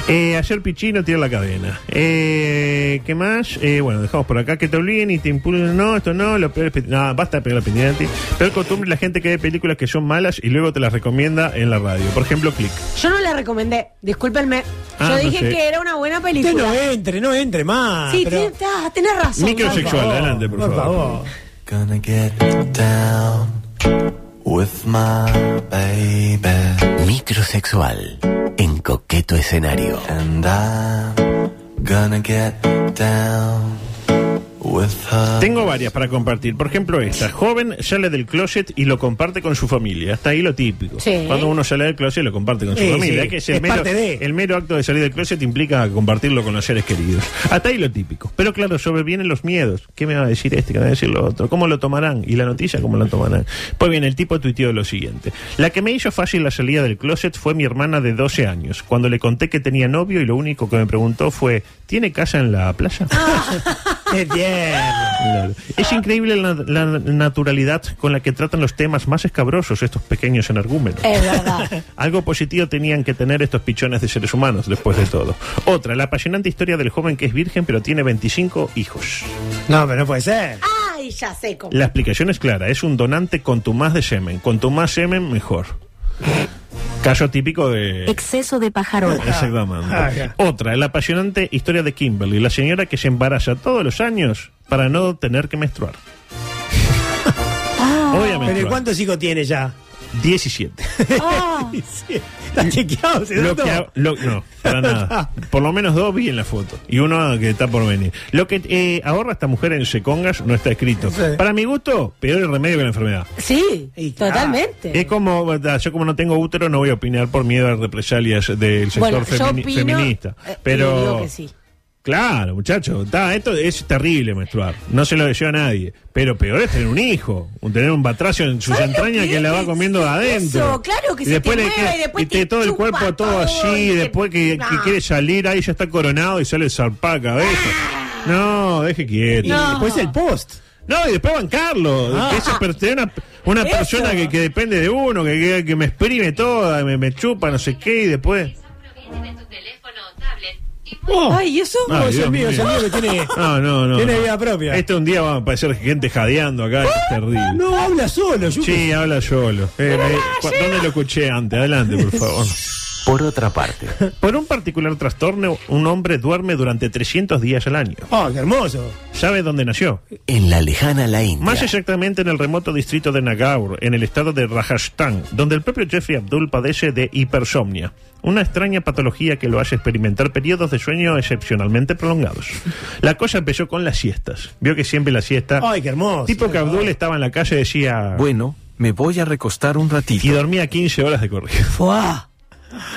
Speaker 8: Eh, ayer Pichino tiró la cadena. Eh, ¿Qué más? Eh, bueno, dejamos por acá que te obliguen y te impulsen. No, esto no, lo peor es. pe- No, basta de pegar la opinión anti. Peor costumbre es la gente que ve películas que son malas y luego te las recomienda en la radio. Por ejemplo, Click.
Speaker 9: Yo no la recomendé, discúlpenme.
Speaker 8: Ah,
Speaker 9: yo
Speaker 8: no
Speaker 9: dije
Speaker 8: sé.
Speaker 9: que era una buena
Speaker 7: Usted
Speaker 9: película.
Speaker 7: no entre, no entre más.
Speaker 9: sí,
Speaker 7: pero-
Speaker 9: tien- ah, tenés razón.
Speaker 8: Microsexual.
Speaker 9: Pablo.
Speaker 8: Sexual, adelante, por favor.
Speaker 1: Gonna get down with my baby. Microsexual en coqueto escenario. And I'm gonna get down with her.
Speaker 8: Tengo varias para compartir. Por ejemplo, esta. Joven sale del closet y lo comparte con su familia. Hasta ahí lo típico.
Speaker 9: Sí.
Speaker 8: Cuando uno sale del closet lo comparte con su
Speaker 7: Sí,
Speaker 8: familia.
Speaker 7: sí.
Speaker 8: Que es el,
Speaker 7: Es
Speaker 8: mero,
Speaker 7: parte de.
Speaker 8: el mero acto de salir del closet implica compartirlo con los seres queridos. Hasta ahí lo típico. Pero claro, sobrevienen los miedos. ¿Qué me va a decir este? ¿Qué me va a decir lo otro? ¿Cómo lo tomarán? ¿Y la noticia cómo la tomarán? Pues bien, el tipo tuiteó lo siguiente. La que me hizo fácil la salida del closet fue mi hermana de 12 años. Cuando le conté que tenía novio y lo único que me preguntó fue ¿Tiene casa en la playa?
Speaker 7: Ah. Qué tierno.
Speaker 8: Claro. Es increíble la, la naturalidad con la que tratan los temas más escabrosos estos pequeños energúmenos. (laughs)
Speaker 9: Es verdad.
Speaker 8: Algo positivo tenían que tener estos pichones de seres humanos, después de todo. Otra, la apasionante historia del joven que es virgen pero tiene 25 hijos.
Speaker 7: No, pero no puede ser.
Speaker 9: Ay, ya sé cómo.
Speaker 8: La explicación es clara, es un donante con tu más de semen. Con tu más semen, mejor. Caso típico de...
Speaker 10: Exceso de pajarola.
Speaker 8: (laughs) Exactamente.
Speaker 7: Ajá.
Speaker 8: Otra, la apasionante historia de Kimberly, la señora que se embaraza todos los años para no tener
Speaker 10: (laughs)
Speaker 8: que menstruar.
Speaker 10: Ah.
Speaker 8: Obviamente.
Speaker 7: Pero ¿y ¿cuántos hijos tiene ya? (laughs)
Speaker 8: 17.
Speaker 9: Ah,
Speaker 7: Está chequeado, ese
Speaker 8: Lo
Speaker 7: dato?
Speaker 8: que ha- lo- no, para
Speaker 7: (laughs) Ah.
Speaker 8: nada. Por lo menos dos vi en la foto. Y uno que está por venir. Lo que eh, ahorra esta mujer en Secongas no está escrito.
Speaker 7: Sí.
Speaker 8: Para mi gusto, peor el remedio que la enfermedad.
Speaker 9: sí,
Speaker 7: Y-
Speaker 9: totalmente.
Speaker 8: Es como, ¿verdad? yo como no tengo útero no voy a opinar por miedo a represalias del sector
Speaker 9: Bueno, yo
Speaker 8: femini-
Speaker 9: opino,
Speaker 8: feminista.
Speaker 9: eh,
Speaker 8: Pero
Speaker 9: y digo que sí.
Speaker 8: Claro, muchachos, esto es terrible menstruar. No se lo deseo a nadie. Pero peor es tener un hijo, un- tener un batracio en sus
Speaker 9: ¿Sabes lo
Speaker 8: entrañas
Speaker 9: que
Speaker 8: que la va
Speaker 9: es
Speaker 8: comiendo de adentro.
Speaker 9: eso? Claro que
Speaker 8: Y
Speaker 9: se te
Speaker 8: le
Speaker 9: mueve,
Speaker 8: queda-
Speaker 9: y después
Speaker 8: te-
Speaker 9: te
Speaker 8: todo el
Speaker 9: chupa
Speaker 8: cuerpo todo
Speaker 9: todo,
Speaker 8: así,
Speaker 9: y te-
Speaker 8: después que, que
Speaker 9: No.
Speaker 8: quiere salir, ahí ya está coronado y sale zarpada cabeza.
Speaker 9: Ah.
Speaker 8: No, deje quieto.
Speaker 7: Y después el post.
Speaker 8: No, y después bancarlo.
Speaker 7: Ah.
Speaker 8: Que Eso pertenece a una, una
Speaker 9: Eso.
Speaker 8: persona que, que depende de uno, que, que, que me exprime toda, me, me chupa, no sé qué, y después. Oh.
Speaker 9: Ay, ¿y eso?
Speaker 8: Ay,
Speaker 7: No, es
Speaker 8: Dios
Speaker 7: el mío, es el
Speaker 8: mío.
Speaker 7: mío que tiene.
Speaker 8: No, no, no.
Speaker 7: Tiene
Speaker 8: no.
Speaker 7: vida propia.
Speaker 8: Este un día va a aparecer gente jadeando acá, que es terrible.
Speaker 7: No, habla solo, yo.
Speaker 8: Sí, habla solo. Eh, me- cu- ¿Dónde lo escuché antes? Adelante, por favor.
Speaker 1: Por otra parte,
Speaker 8: (laughs) Por un particular trastorno, un hombre duerme durante 300 días al año.
Speaker 7: Oh, qué hermoso.
Speaker 8: ¿Sabe dónde nació?
Speaker 1: en la lejana la India.
Speaker 8: Más exactamente en el remoto distrito de Nagaur, en el estado de Rajasthan, donde el propio Jeffrey Abdul padece de hipersomnia, una extraña patología que lo hace experimentar periodos de sueño excepcionalmente prolongados. La cosa empezó con las siestas. Vio que siempre la siesta...
Speaker 7: Ay, qué hermoso.
Speaker 8: Ah. Tipo que Abdul estaba en la calle y decía...
Speaker 5: Bueno, me voy a recostar un
Speaker 8: Y
Speaker 5: ratito.
Speaker 8: dormía 15 horas de corrido.
Speaker 7: Fuá.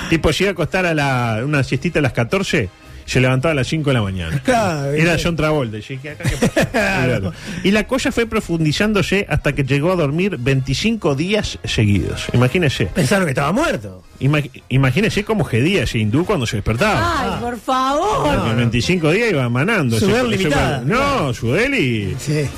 Speaker 8: Tipo, se iba a acostar a la, una siestita a las 14, se levantaba a las 5 de la mañana.
Speaker 7: Claro, eh.
Speaker 8: Era
Speaker 7: bien.
Speaker 8: John Travolta. y dije, "¿Acá qué pasa?".
Speaker 7: (laughs)
Speaker 8: Claro. Y la cosa fue profundizándose hasta que llegó a dormir 25 días seguidos. Imagínese.
Speaker 7: Pensaron que estaba muerto.
Speaker 8: Ima- imagínese cómo gedía ese hindú cuando se despertaba.
Speaker 9: Ay, por favor.
Speaker 8: Porque en 25 días iba manando.
Speaker 7: Su
Speaker 8: Ese-
Speaker 7: edad
Speaker 8: ese-
Speaker 7: limitada.
Speaker 8: No, su deli.
Speaker 7: Sí.
Speaker 9: Pero,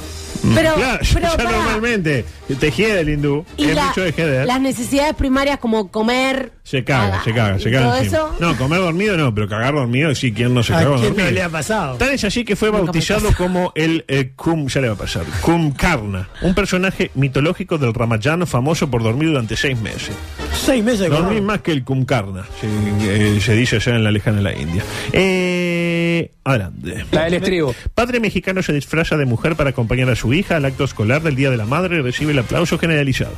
Speaker 8: Mm, claro, (laughs)
Speaker 9: pero
Speaker 8: ya
Speaker 9: pará.
Speaker 8: normalmente te jede el hindú.
Speaker 9: Y
Speaker 8: es
Speaker 9: la-
Speaker 8: mucho de jeder.
Speaker 9: las necesidades primarias como comer.
Speaker 8: Se caga,
Speaker 9: cagar,
Speaker 8: se caga, se
Speaker 9: y
Speaker 8: caga.
Speaker 9: Todo
Speaker 8: encima.
Speaker 9: eso.
Speaker 8: No, comer dormido no, pero cagar dormido sí, ¿quién no se
Speaker 7: ¿A
Speaker 8: caga
Speaker 7: quién no
Speaker 8: dormido?
Speaker 7: le ha pasado?
Speaker 8: Tal es así que fue
Speaker 9: Nunca me
Speaker 8: bautizado
Speaker 9: pasó.
Speaker 8: como el eh, Kum, ya le va a pasar, Kum Karna, un personaje mitológico del Ramayana famoso por dormir durante seis meses.
Speaker 7: Seis meses de
Speaker 8: Dormí
Speaker 7: coma.
Speaker 8: más que el Kumkarna, se, eh, se dice allá en la lejana la India. Eh, adelante.
Speaker 3: La del estribo.
Speaker 8: Padre mexicano se disfraza de mujer para acompañar a su hija al acto escolar del Día de la Madre y recibe el aplauso generalizado.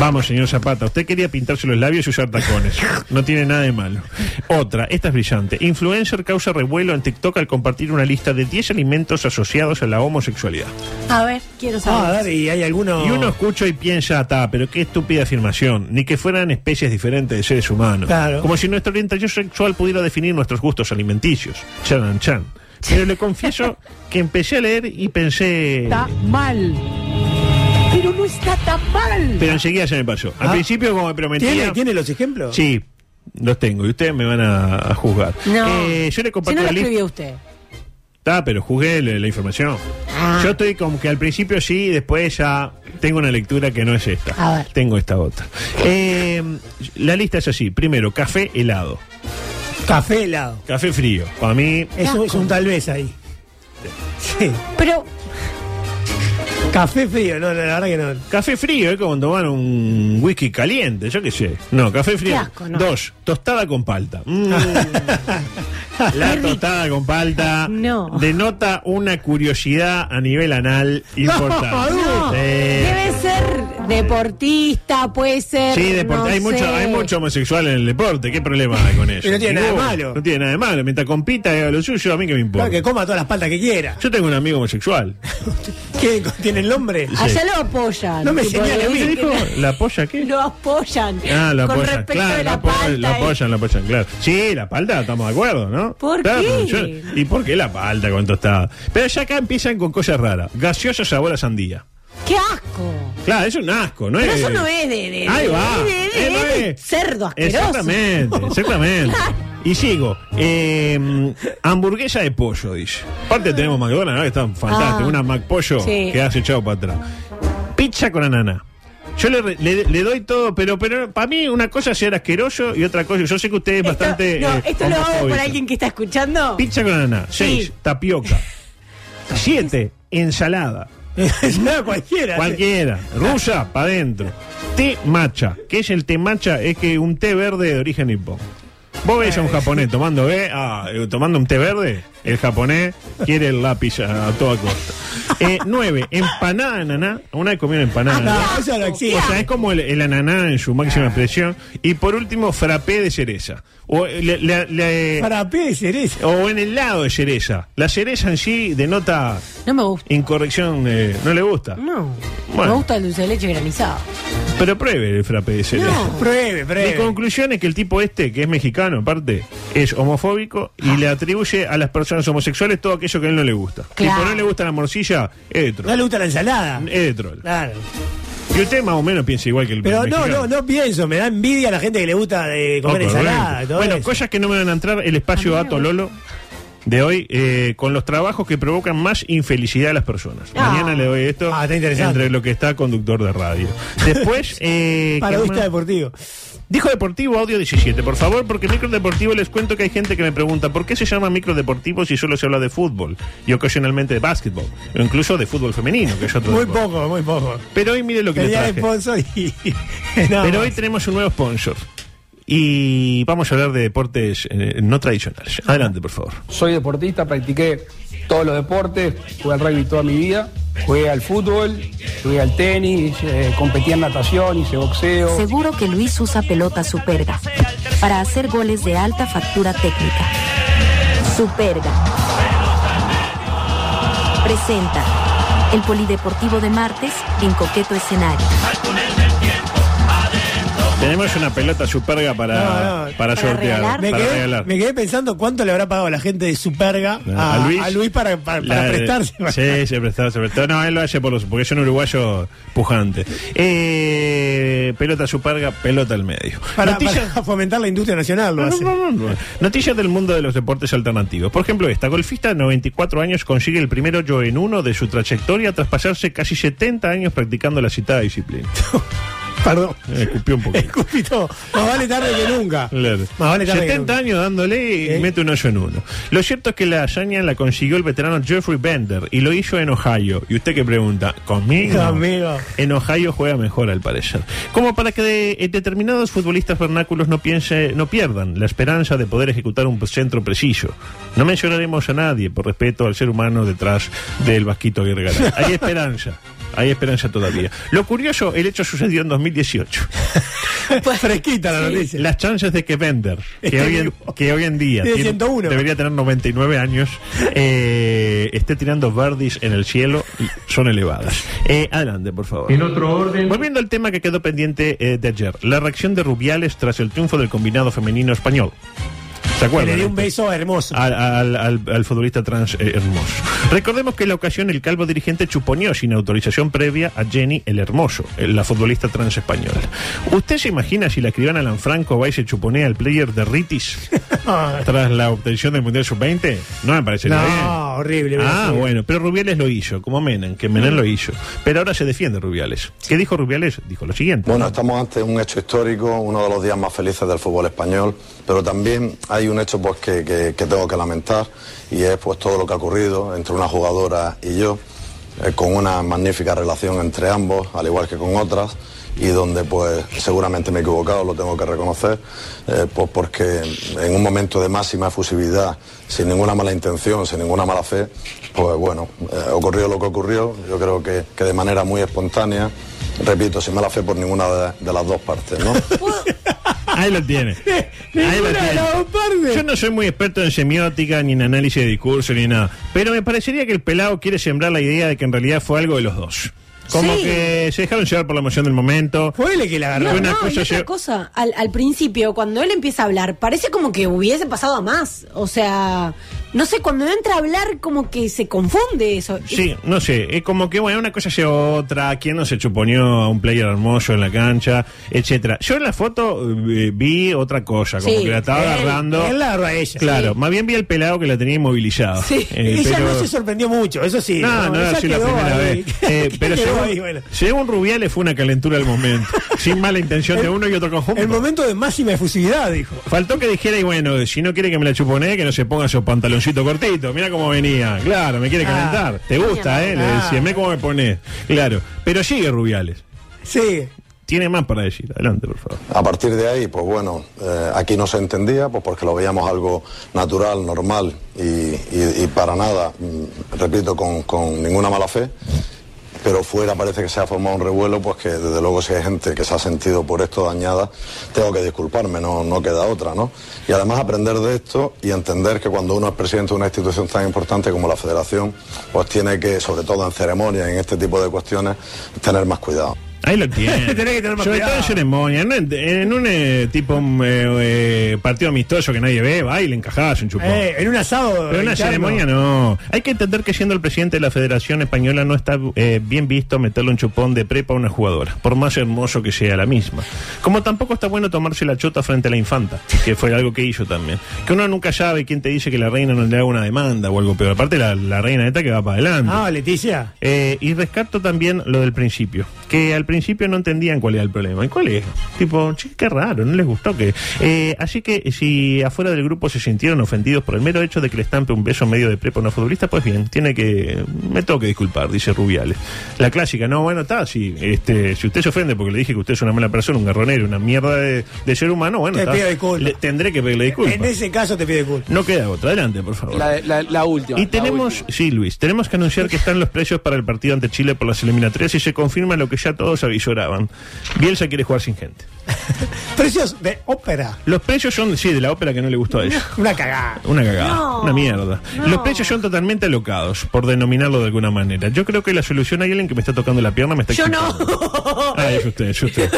Speaker 8: Vamos, señor Zapata, usted quería pintarse los labios y usar tacones. No tiene nada de malo. Otra, esta es brillante. Influencer causa revuelo en TikTok al compartir una lista de 10 alimentos asociados a la homosexualidad.
Speaker 9: A ver, quiero saber.
Speaker 8: Ah,
Speaker 7: a ver, Ah, y hay alguno.
Speaker 8: Y uno escucha y piensa, ta, pero qué estúpida afirmación. Ni que fueran especies diferentes de seres humanos.
Speaker 7: Claro.
Speaker 8: Como si nuestra orientación sexual pudiera definir nuestros gustos alimenticios. Chanan chan. Pero le confieso que empecé a leer y pensé.
Speaker 9: Está mal. Pero no está tan mal.
Speaker 8: Pero enseguida se me pasó. Al
Speaker 7: Ah.
Speaker 8: principio, como me prometía.
Speaker 7: ¿Tiene, ¿Tiene los ejemplos?
Speaker 8: Sí, los tengo y ustedes me van a, a juzgar.
Speaker 9: No.
Speaker 8: Eh, yo le
Speaker 9: si
Speaker 8: comparto
Speaker 9: no lo
Speaker 8: la lista.
Speaker 9: escribió usted.
Speaker 8: Ah, pero juzgué la, la información.
Speaker 9: Ah.
Speaker 8: Yo estoy como que al principio sí, después ya tengo una lectura que no es esta.
Speaker 9: A ver.
Speaker 8: Tengo esta otra. Eh, la lista es así. Primero, café helado.
Speaker 7: Café helado.
Speaker 8: Café frío. Para mí,
Speaker 7: Es un, es un tal vez ahí. Sí.
Speaker 9: Pero,
Speaker 7: Café frío, no, no, la verdad que no.
Speaker 8: café frío es como tomar un whisky caliente, yo qué sé. No, café frío.
Speaker 9: Qué asco, no.
Speaker 8: Dos, tostada con palta.
Speaker 9: (laughs)
Speaker 8: Mm. La tostada con palta
Speaker 9: No.
Speaker 8: denota una curiosidad a nivel
Speaker 9: (laughs)
Speaker 8: anal importante.
Speaker 9: no.
Speaker 8: Sí.
Speaker 9: Debe ser deportista, puede ser.
Speaker 8: Eh. Sí, deporte.
Speaker 9: no
Speaker 8: hay, mucho,
Speaker 9: sé.
Speaker 8: hay mucho homosexual en el deporte. ¿Qué problema hay con eso?
Speaker 7: Y no tiene nada de
Speaker 8: Ninguno.
Speaker 7: malo.
Speaker 8: No tiene nada de malo. Mientras compita y haga lo suyo, a mí que me importa.
Speaker 7: Claro, que coma todas las paltas que quiera.
Speaker 8: Yo tengo un amigo
Speaker 9: (laughs)
Speaker 8: homosexual.
Speaker 7: ¿Qué, ¿Tiene el nombre?
Speaker 9: Allá lo apoyan.
Speaker 7: No me
Speaker 9: Tipo,
Speaker 7: señale a mí,
Speaker 9: dicen que
Speaker 7: dijo.
Speaker 8: ¿La polla qué?
Speaker 9: Lo apoyan.
Speaker 8: Ah, la
Speaker 9: Con
Speaker 8: apoyan,
Speaker 9: respecto
Speaker 8: claro,
Speaker 9: de la
Speaker 8: la, apoyan,
Speaker 9: palta,
Speaker 8: la
Speaker 9: eh.
Speaker 8: apoyan, la apoyan, claro. Sí, la palta, estamos de acuerdo, ¿no?
Speaker 9: ¿Por
Speaker 8: Claro,
Speaker 9: qué?
Speaker 8: pero yo- ¿Y por qué la palta con tostada? Pero ya acá empiezan con cosas raras. Gaseoso sabor a sandía.
Speaker 9: ¡Qué asco!
Speaker 8: Claro, es un asco, ¿no
Speaker 9: Pero
Speaker 8: es?
Speaker 9: eso no es de. de
Speaker 8: Ahí
Speaker 9: de-
Speaker 8: va.
Speaker 9: de- de-
Speaker 8: eh,
Speaker 9: de-
Speaker 8: no
Speaker 9: de
Speaker 8: es.
Speaker 9: cerdo asqueroso. (laughs)
Speaker 8: Exactamente, exactamente. Y sigo. Eh, hamburguesa de pollo, dice. Aparte tenemos McDonald's, ¿no? que están fantásticos.
Speaker 9: Ah.
Speaker 8: Una McPollo
Speaker 9: Sí.
Speaker 8: que has echado para atrás. Pizza con ananá. Yo le, re- le- le doy todo, pero pero para mí una cosa es ser asqueroso y otra cosa, yo sé que usted es
Speaker 9: Esto-
Speaker 8: bastante...
Speaker 9: No,
Speaker 8: eh,
Speaker 9: esto lo hago por
Speaker 8: homofóbico.
Speaker 9: alguien que está escuchando.
Speaker 8: Pizza con ananá.
Speaker 9: Sí.
Speaker 8: Seis,
Speaker 9: (laughs)
Speaker 8: tapioca. Siete, ensalada.
Speaker 7: (laughs) no, cualquiera.
Speaker 8: Cualquiera, rusa, para adentro. Té matcha. ¿Qué es el té matcha? Es que un té verde de origen nipón. Vos ves a un japonés tomando, eh, ah, eh, tomando un té verde, el japonés quiere el lápiz a, a toda costa. Eh, nueve, empanada de ananá. Una vez comí una empanada. de ananá.
Speaker 7: No, Ah, eso no existe.
Speaker 8: O sea, es como el, el ananá en su máxima expresión. Y por último, frappé de cereza. O, eh, le- le- le-
Speaker 7: Para pie de cereza.
Speaker 8: o en helado de cereza. La cereza en sí denota
Speaker 9: No me gusta.
Speaker 8: incorrección, eh, no le gusta.
Speaker 9: No.
Speaker 8: Bueno.
Speaker 9: Me gusta el dulce de leche
Speaker 8: (laughs)
Speaker 9: granizado.
Speaker 8: Pero pruebe el frappé de cereza.
Speaker 9: No.
Speaker 7: Pruebe,
Speaker 8: Mi
Speaker 7: pruebe.
Speaker 8: conclusión es que el tipo este, que es mexicano aparte, es homofóbico y le atribuye a las personas homosexuales todo aquello que a él no le gusta.
Speaker 9: Claro.
Speaker 8: Tipo, no le gusta la morcilla, es de troll.
Speaker 7: No le gusta la ensalada.
Speaker 8: Es de troll.
Speaker 7: Claro.
Speaker 8: Y usted más o menos piensa igual que el
Speaker 7: Pero no,
Speaker 8: mexicano.
Speaker 7: no, no pienso. Me da envidia a la gente que le gusta de
Speaker 8: Oh,
Speaker 7: comer
Speaker 8: correcto.
Speaker 7: ensalada. todo
Speaker 8: Bueno,
Speaker 7: eso.
Speaker 8: cosas que no me van a entrar, el espacio Gato Lolo de hoy, eh, con los trabajos que provocan más infelicidad a las personas.
Speaker 9: Ah.
Speaker 8: Mañana le doy esto
Speaker 7: Ah, está interesante.
Speaker 8: entre lo que está conductor de radio.
Speaker 9: (laughs)
Speaker 8: Después, eh, ¿qué
Speaker 7: Parodista
Speaker 8: más?
Speaker 7: deportivo.
Speaker 8: Dijo Deportivo Audio 17, por favor, porque Micro Deportivo les cuento que hay gente que me pregunta ¿por qué se llama Micro Deportivo si solo se habla de fútbol? Y ocasionalmente de básquetbol, o incluso de fútbol femenino, que es otro
Speaker 7: Muy
Speaker 8: deporte.
Speaker 7: poco, muy poco.
Speaker 8: Pero hoy mire lo que le
Speaker 7: Tenía
Speaker 8: traje.
Speaker 7: de sponsor y. (laughs) no,
Speaker 8: Pero hoy tenemos un nuevo sponsor. Y vamos a hablar de deportes eh, no tradicionales. Adelante, por favor.
Speaker 3: Soy deportista, practiqué todos los deportes, jugué al rugby toda mi vida, jugué al fútbol, jugué al tenis, eh, competí en natación, hice boxeo.
Speaker 10: Seguro que Luis usa pelota superga para hacer goles de alta factura técnica. Superga. Presenta el Polideportivo de martes en coqueto escenario.
Speaker 8: Tenemos una pelota superga para,
Speaker 7: No, no.
Speaker 8: para,
Speaker 10: Para
Speaker 8: sortear,
Speaker 10: regalar.
Speaker 7: me,
Speaker 8: para
Speaker 7: quedé,
Speaker 8: regalar. Ah,
Speaker 7: me quedé pensando cuánto le habrá pagado la gente de Superga a, Ah, a Luis, para, para, para
Speaker 8: la-
Speaker 7: prestarse.
Speaker 8: Sí, se prestó, se prestó. No, él lo hace por los, porque es un uruguayo pujante. Eh, pelota superga, pelota al medio.
Speaker 7: Para,
Speaker 8: Noticias-
Speaker 7: para fomentar la industria nacional lo hace.
Speaker 8: Noticias del mundo de los deportes alternativos. Por ejemplo, esta golfista de 94 años consigue el primer hoyo en uno de su trayectoria tras pasarse casi 70 años practicando la citada disciplina.
Speaker 7: (laughs) Perdón.
Speaker 8: Eh, Escupió un poquito.
Speaker 7: (laughs) Escupito, más vale tarde que nunca.
Speaker 8: Claro.
Speaker 7: Más vale tarde que
Speaker 8: 70
Speaker 7: nunca.
Speaker 8: años dándole y
Speaker 7: ¿Eh?
Speaker 8: mete un hoyo en uno. Lo cierto es que la hazaña la consiguió el veterano Jeffrey Bender y lo hizo en Ohio. Y usted que pregunta, ¿conmigo?
Speaker 7: Conmigo.
Speaker 8: En Ohio juega mejor al parecer. Como para que de- eh, determinados futbolistas vernáculos no, piense, no pierdan la esperanza de poder ejecutar un centro preciso. No
Speaker 7: (laughs)
Speaker 8: mencionaremos a nadie por respeto al ser humano detrás del vasquito Aguirre Garay. Hay esperanza. Hay esperanza todavía. Lo curioso, el hecho sucedió en 2018.
Speaker 7: (laughs) Fresquita la noticia.
Speaker 8: Las chances de que
Speaker 7: (laughs)
Speaker 8: Bender, que,
Speaker 7: Esté
Speaker 8: hoy en, que hoy en día
Speaker 7: Tiene
Speaker 8: tiene-
Speaker 7: 101.
Speaker 8: debería tener 99 años, eh, esté tirando verdis en el cielo, son elevadas. Eh, adelante, por favor.
Speaker 2: En otro orden-
Speaker 8: Volviendo al tema que quedó pendiente eh, de ayer, la reacción de Rubiales tras el triunfo del combinado femenino español. ¿Se
Speaker 7: Que
Speaker 8: acuerdan?
Speaker 7: le dio un beso hermoso.
Speaker 8: al, al- al- al futbolista trans eh, hermoso. Recordemos que en la ocasión el calvo dirigente chuponeó sin autorización previa a Jenny el Hermoso, eh, la futbolista trans española. ¿Usted se imagina si la escribana Lanfranco va y se chuponea al player de
Speaker 7: (laughs)
Speaker 8: Ritis
Speaker 7: Ah.
Speaker 8: tras la obtención del Mundial Sub-20? No me parece
Speaker 7: No,
Speaker 8: bien.
Speaker 7: horrible.
Speaker 8: Ah,
Speaker 7: horrible.
Speaker 8: bueno, pero Rubiales lo hizo, como Menem, que Menem lo hizo. Pero ahora se defiende Rubiales. ¿Qué dijo Rubiales? Dijo lo siguiente.
Speaker 13: Bueno, estamos ante un hecho histórico, uno de los días más felices del fútbol español, pero también hay un hecho pues, que, que- que tengo que lamentar y es pues, todo lo que ha ocurrido entre una jugadora y yo, eh, con una magnífica relación entre ambos, al igual que con otras, y donde pues seguramente me he equivocado, lo tengo que reconocer, eh, pues porque en un momento de máxima efusividad, sin ninguna mala intención, sin ninguna mala fe, pues bueno, eh, ocurrió lo que ocurrió, yo creo que, que de manera muy espontánea, repito, sin mala fe por ninguna de, de las dos partes, ¿no?
Speaker 8: Ahí lo tiene. Ahí lo tiene. Yo no soy muy experto en semiótica, ni en análisis de discurso, ni nada. Pero me parecería que el pelado quiere sembrar la idea de que en realidad fue algo de los dos. Como
Speaker 9: Sí.
Speaker 8: que se dejaron llevar por la emoción del momento.
Speaker 7: Fue él el que la
Speaker 9: No,
Speaker 8: Fue una
Speaker 9: no, y
Speaker 8: cosa
Speaker 9: otra
Speaker 8: lle-
Speaker 9: cosa, al, al principio, cuando él empieza a hablar, parece como que hubiese pasado a más. O sea, no sé, cuando entra a hablar, como que se confunde eso.
Speaker 8: Sí, no sé, es como que bueno, una cosa lleva a otra, quién no se chuponeó a un player hermoso en la cancha, etcétera. Yo en la foto eh, vi otra cosa, como
Speaker 7: Sí,
Speaker 8: que la estaba
Speaker 7: él-
Speaker 8: agarrando.
Speaker 7: él la agarró a ella.
Speaker 8: Claro,
Speaker 7: Sí.
Speaker 8: más bien vi al pelado que la tenía inmovilizada.
Speaker 7: Sí. (laughs)
Speaker 8: Eh,
Speaker 7: ella
Speaker 8: pero-
Speaker 7: no se sorprendió mucho, eso sí.
Speaker 8: No, no,
Speaker 7: ella
Speaker 8: sí, la
Speaker 7: quedó
Speaker 8: primera
Speaker 7: ahí. (laughs)
Speaker 8: vez. Eh, pero
Speaker 7: Quedó
Speaker 8: según,
Speaker 7: ahí, bueno.
Speaker 8: según Rubiales fue una calentura al
Speaker 7: (laughs)
Speaker 8: momento, sin mala intención de uno y otro conjunto.
Speaker 7: El momento de máxima efusividad, dijo.
Speaker 8: Faltó que dijera, y bueno, si no quiere que me la chupone, que no se ponga su pantaloncito cortito. Mira cómo venía. Claro, me quiere
Speaker 7: Ah,
Speaker 8: calentar. Te gusta, ¿eh? Le
Speaker 7: ah.
Speaker 8: decía, mira cómo me pone. Claro. Pero sigue Rubiales.
Speaker 7: Sí.
Speaker 8: Tiene más para decir. Adelante, por favor.
Speaker 13: A partir de ahí, pues bueno, eh, aquí no se entendía, pues porque lo veíamos algo natural, normal y, y- y para nada, mm, repito, con, con ninguna mala fe. Pero fuera parece que se ha formado un revuelo, pues que desde luego si hay gente que se ha sentido por esto dañada, tengo que disculparme, no, no queda otra, ¿no? Y además aprender de esto y entender que cuando uno es presidente de una institución tan importante como la federación, pues tiene que, sobre todo en ceremonias, en este tipo de cuestiones, tener más cuidado.
Speaker 8: Ahí lo tiene.
Speaker 7: (laughs) Tenés que tener más
Speaker 8: Sobre
Speaker 7: cuidado.
Speaker 8: todo en ceremonia. En, en- en un eh, tipo un, eh, eh, partido amistoso que nadie ve, va y le encajás un chupón.
Speaker 7: Eh, en un asado.
Speaker 8: Pero una
Speaker 7: interno.
Speaker 8: ceremonia no. Hay que entender que siendo el presidente de la Federación Española no está eh, bien visto meterle un chupón de prepa a una jugadora, por más hermoso que sea la misma. Como tampoco está bueno tomarse la chota frente a la infanta, que fue algo que hizo también. Que uno nunca sabe quién te dice que la reina no le haga una demanda o algo peor. Aparte la, la reina esta que va para adelante.
Speaker 7: Ah, Leticia.
Speaker 8: Eh, y rescato también lo del principio, que al principio no entendían cuál era el problema. ¿Y cuál es? Tipo, che, qué raro, no les gustó que... Eh, así que si afuera del grupo se sintieron ofendidos por el mero hecho de que le estampe un beso en medio de prepa a una futbolista, pues bien, tiene que... Me tengo que disculpar, dice Rubiales. La clásica, no, bueno, está, si, este, si usted se ofende porque le dije que usted es una mala persona, un garronero, una mierda de, de ser humano, bueno,
Speaker 7: Te
Speaker 8: está,
Speaker 7: pido disculpas.
Speaker 8: le- tendré que pedirle disculpas.
Speaker 7: En ese caso te pide culpa.
Speaker 8: No queda otra. Adelante, por favor.
Speaker 14: La, la- la última.
Speaker 8: Y
Speaker 14: la
Speaker 8: tenemos,
Speaker 14: última.
Speaker 8: sí Luis, tenemos que anunciar que están los precios para el partido ante Chile por las eliminatorias y se confirma lo que ya todos avisoraban. Bielsa quiere jugar sin gente.
Speaker 7: Precios de ópera.
Speaker 8: Los precios son, sí, de la ópera que no le gustó a ella.
Speaker 7: Una cagada.
Speaker 8: Una cagada,
Speaker 7: No,
Speaker 8: una mierda.
Speaker 7: no.
Speaker 8: Los precios son totalmente alocados, por denominarlo de alguna manera. Yo creo que la solución, hay alguien que me está tocando la pierna, me está
Speaker 9: Yo no.
Speaker 8: excitando. Ah, es usted, es
Speaker 7: (laughs)
Speaker 8: usted.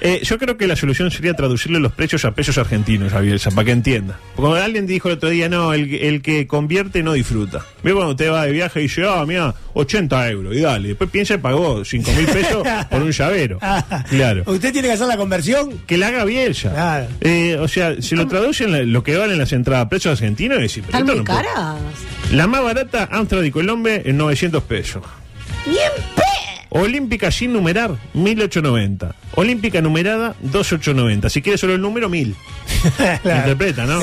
Speaker 8: Eh, yo creo que la solución sería traducirle los precios a pesos argentinos a Bielsa, para que entienda. Como alguien dijo el otro día, no, el, el que convierte no disfruta. Ve cuando usted va de viaje y dice, ah, mira, 80 euros, y dale. Después piensa y pagó 5 mil
Speaker 7: (laughs)
Speaker 8: pesos por un llavero. (laughs) Claro.
Speaker 7: Usted tiene que hacer la conversión. (laughs)
Speaker 8: Que la haga Bielsa.
Speaker 7: Claro.
Speaker 8: Eh, o sea, si lo traducen la- lo que valen las entradas a precios argentinos, y decir, pero
Speaker 9: Están
Speaker 8: esto
Speaker 9: muy
Speaker 8: no puede-
Speaker 9: caras.
Speaker 8: La más barata, Amstrad y Colombe, en 900 pesos.
Speaker 9: Bien,
Speaker 8: Olímpica sin numerar, 1890. Olímpica numerada, 2890. Si quieres solo el número, 1000. Me Interpreta, ¿no?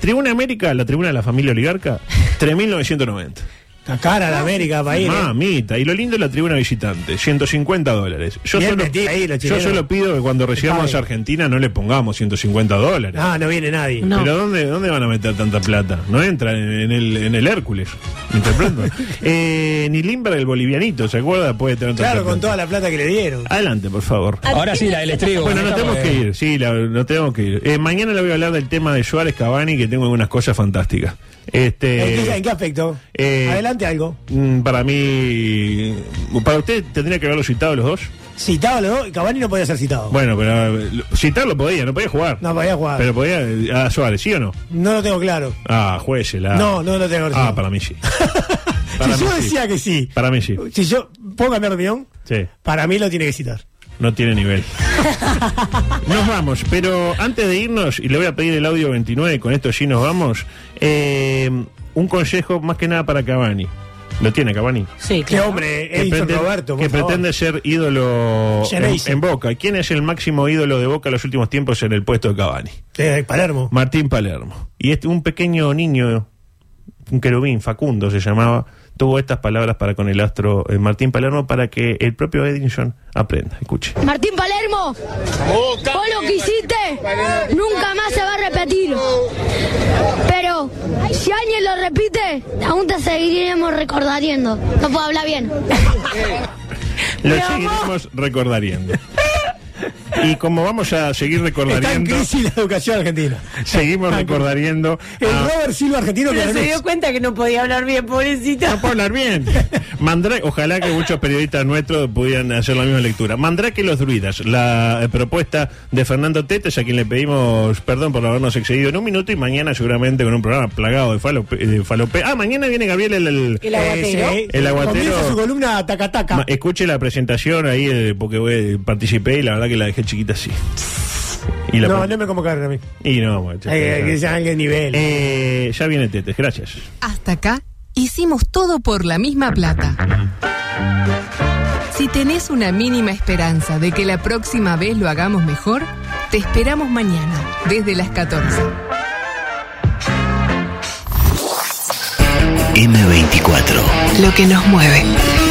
Speaker 8: Tribuna América, la tribuna de la familia oligarca, 3990.
Speaker 7: Está cara la América para ir. ¿eh?
Speaker 8: Mamita, y lo lindo es la tribuna visitante, 150 dólares. Yo,
Speaker 7: Bien
Speaker 8: solo,
Speaker 7: metido ahí, los
Speaker 8: yo
Speaker 7: chilenos.
Speaker 8: solo pido que cuando recibamos a Argentina no le pongamos 150 dólares.
Speaker 7: Ah, no viene nadie.
Speaker 8: Pero ¿dónde, ¿dónde van a meter tanta plata? No entran en, en el, en el Hércules, ¿me
Speaker 7: (laughs)
Speaker 8: interpreto? eh, ni Limber el bolivianito, ¿se acuerda? Puede tener tanta
Speaker 7: Claro, con
Speaker 8: plata.
Speaker 7: toda la plata que le dieron.
Speaker 8: Adelante, por favor.
Speaker 3: Ahora sí, la del estribo.
Speaker 8: Bueno, nos tenemos que ir, sí, la- nos tenemos que ir. Eh, mañana le voy a hablar del tema de Suárez Cavani, que tengo algunas cosas fantásticas. Este,
Speaker 7: ¿En, qué, en qué aspecto?
Speaker 8: eh,
Speaker 7: Adelante algo.
Speaker 8: Mm, Para mí. Para usted tendría que haberlo citado los dos.
Speaker 7: Citado los dos, Cavani no podía ser citado.
Speaker 8: Bueno, pero eh, lo- citarlo podía, no podía jugar.
Speaker 7: No podía jugar.
Speaker 8: Pero podía. eh, A Suárez, ¿sí o no?
Speaker 7: No lo tengo claro.
Speaker 8: Ah, juésela.
Speaker 7: No, no lo tengo claro.
Speaker 8: Ah, para mí
Speaker 7: (laughs)
Speaker 8: sí. para
Speaker 7: si
Speaker 8: mí
Speaker 7: yo
Speaker 8: sí.
Speaker 7: decía que sí,
Speaker 8: Para mí sí.
Speaker 7: si yo puedo cambiar de opinión,
Speaker 8: Sí,
Speaker 7: para mí lo tiene que citar.
Speaker 8: no tiene
Speaker 7: (laughs)
Speaker 8: nivel. nos vamos, pero antes de irnos, y le voy a pedir el audio 29, con esto sí nos vamos. eh, un consejo más que nada para Cavani. ¿Lo tiene Cavani?
Speaker 9: Sí,
Speaker 7: Qué
Speaker 9: claro.
Speaker 7: Este hombre, Edison
Speaker 8: pretende-
Speaker 7: Roberto. por
Speaker 8: que
Speaker 7: favor.
Speaker 8: pretende ser ídolo en,
Speaker 7: Genesi.
Speaker 8: en Boca. ¿Quién es el máximo ídolo de Boca en los últimos tiempos en el puesto de Cavani?
Speaker 7: Eh, Palermo.
Speaker 8: Martín Palermo. Y este, un pequeño niño, un querubín, Facundo se llamaba, tuvo estas palabras para con el astro eh, Martín Palermo para que el propio Edinson aprenda. Escuche.
Speaker 14: Martín Palermo, vos lo que hiciste nunca más se va a repetir. Pero si alguien lo repite, aún te seguiremos recordando. No puedo hablar bien.
Speaker 8: Lo seguiremos recordariendo. Y como vamos a seguir
Speaker 7: Está en
Speaker 8: recordariendo,
Speaker 7: crisis la educación argentina.
Speaker 8: seguimos recordariendo.
Speaker 7: El
Speaker 8: a-
Speaker 7: Robert Silva argentino que
Speaker 9: Pero se
Speaker 7: ganó.
Speaker 9: dio cuenta que no podía hablar bien, pobrecito.
Speaker 8: No puedo hablar bien. Mandra- ojalá que muchos periodistas nuestros pudieran hacer la misma lectura. Mandrake y los druidas, la eh, propuesta de Fernando Tetes, a quien le pedimos perdón por habernos excedido en un minuto y mañana seguramente con un programa plagado de falope. de falope- Ah, mañana viene Gabriel el... el-
Speaker 9: El aguatero.
Speaker 7: Eh, sí.
Speaker 8: El aguatero-
Speaker 7: Comienza su columna taca-taca.
Speaker 8: Ma- escuche la presentación ahí eh, porque eh, participé y la verdad que la dejé chiquita así. Y la
Speaker 7: No,
Speaker 8: pre-
Speaker 7: no me convocaron a mí.
Speaker 8: Y no, macho.
Speaker 7: Eh, que sea alguien nivel.
Speaker 8: Eh, ya viene Tetes, gracias.
Speaker 4: Hasta acá hicimos todo por la misma plata. Si tenés una mínima esperanza de que la próxima vez lo hagamos mejor, te esperamos mañana, desde las 14.
Speaker 1: M24.
Speaker 4: Lo que nos mueve.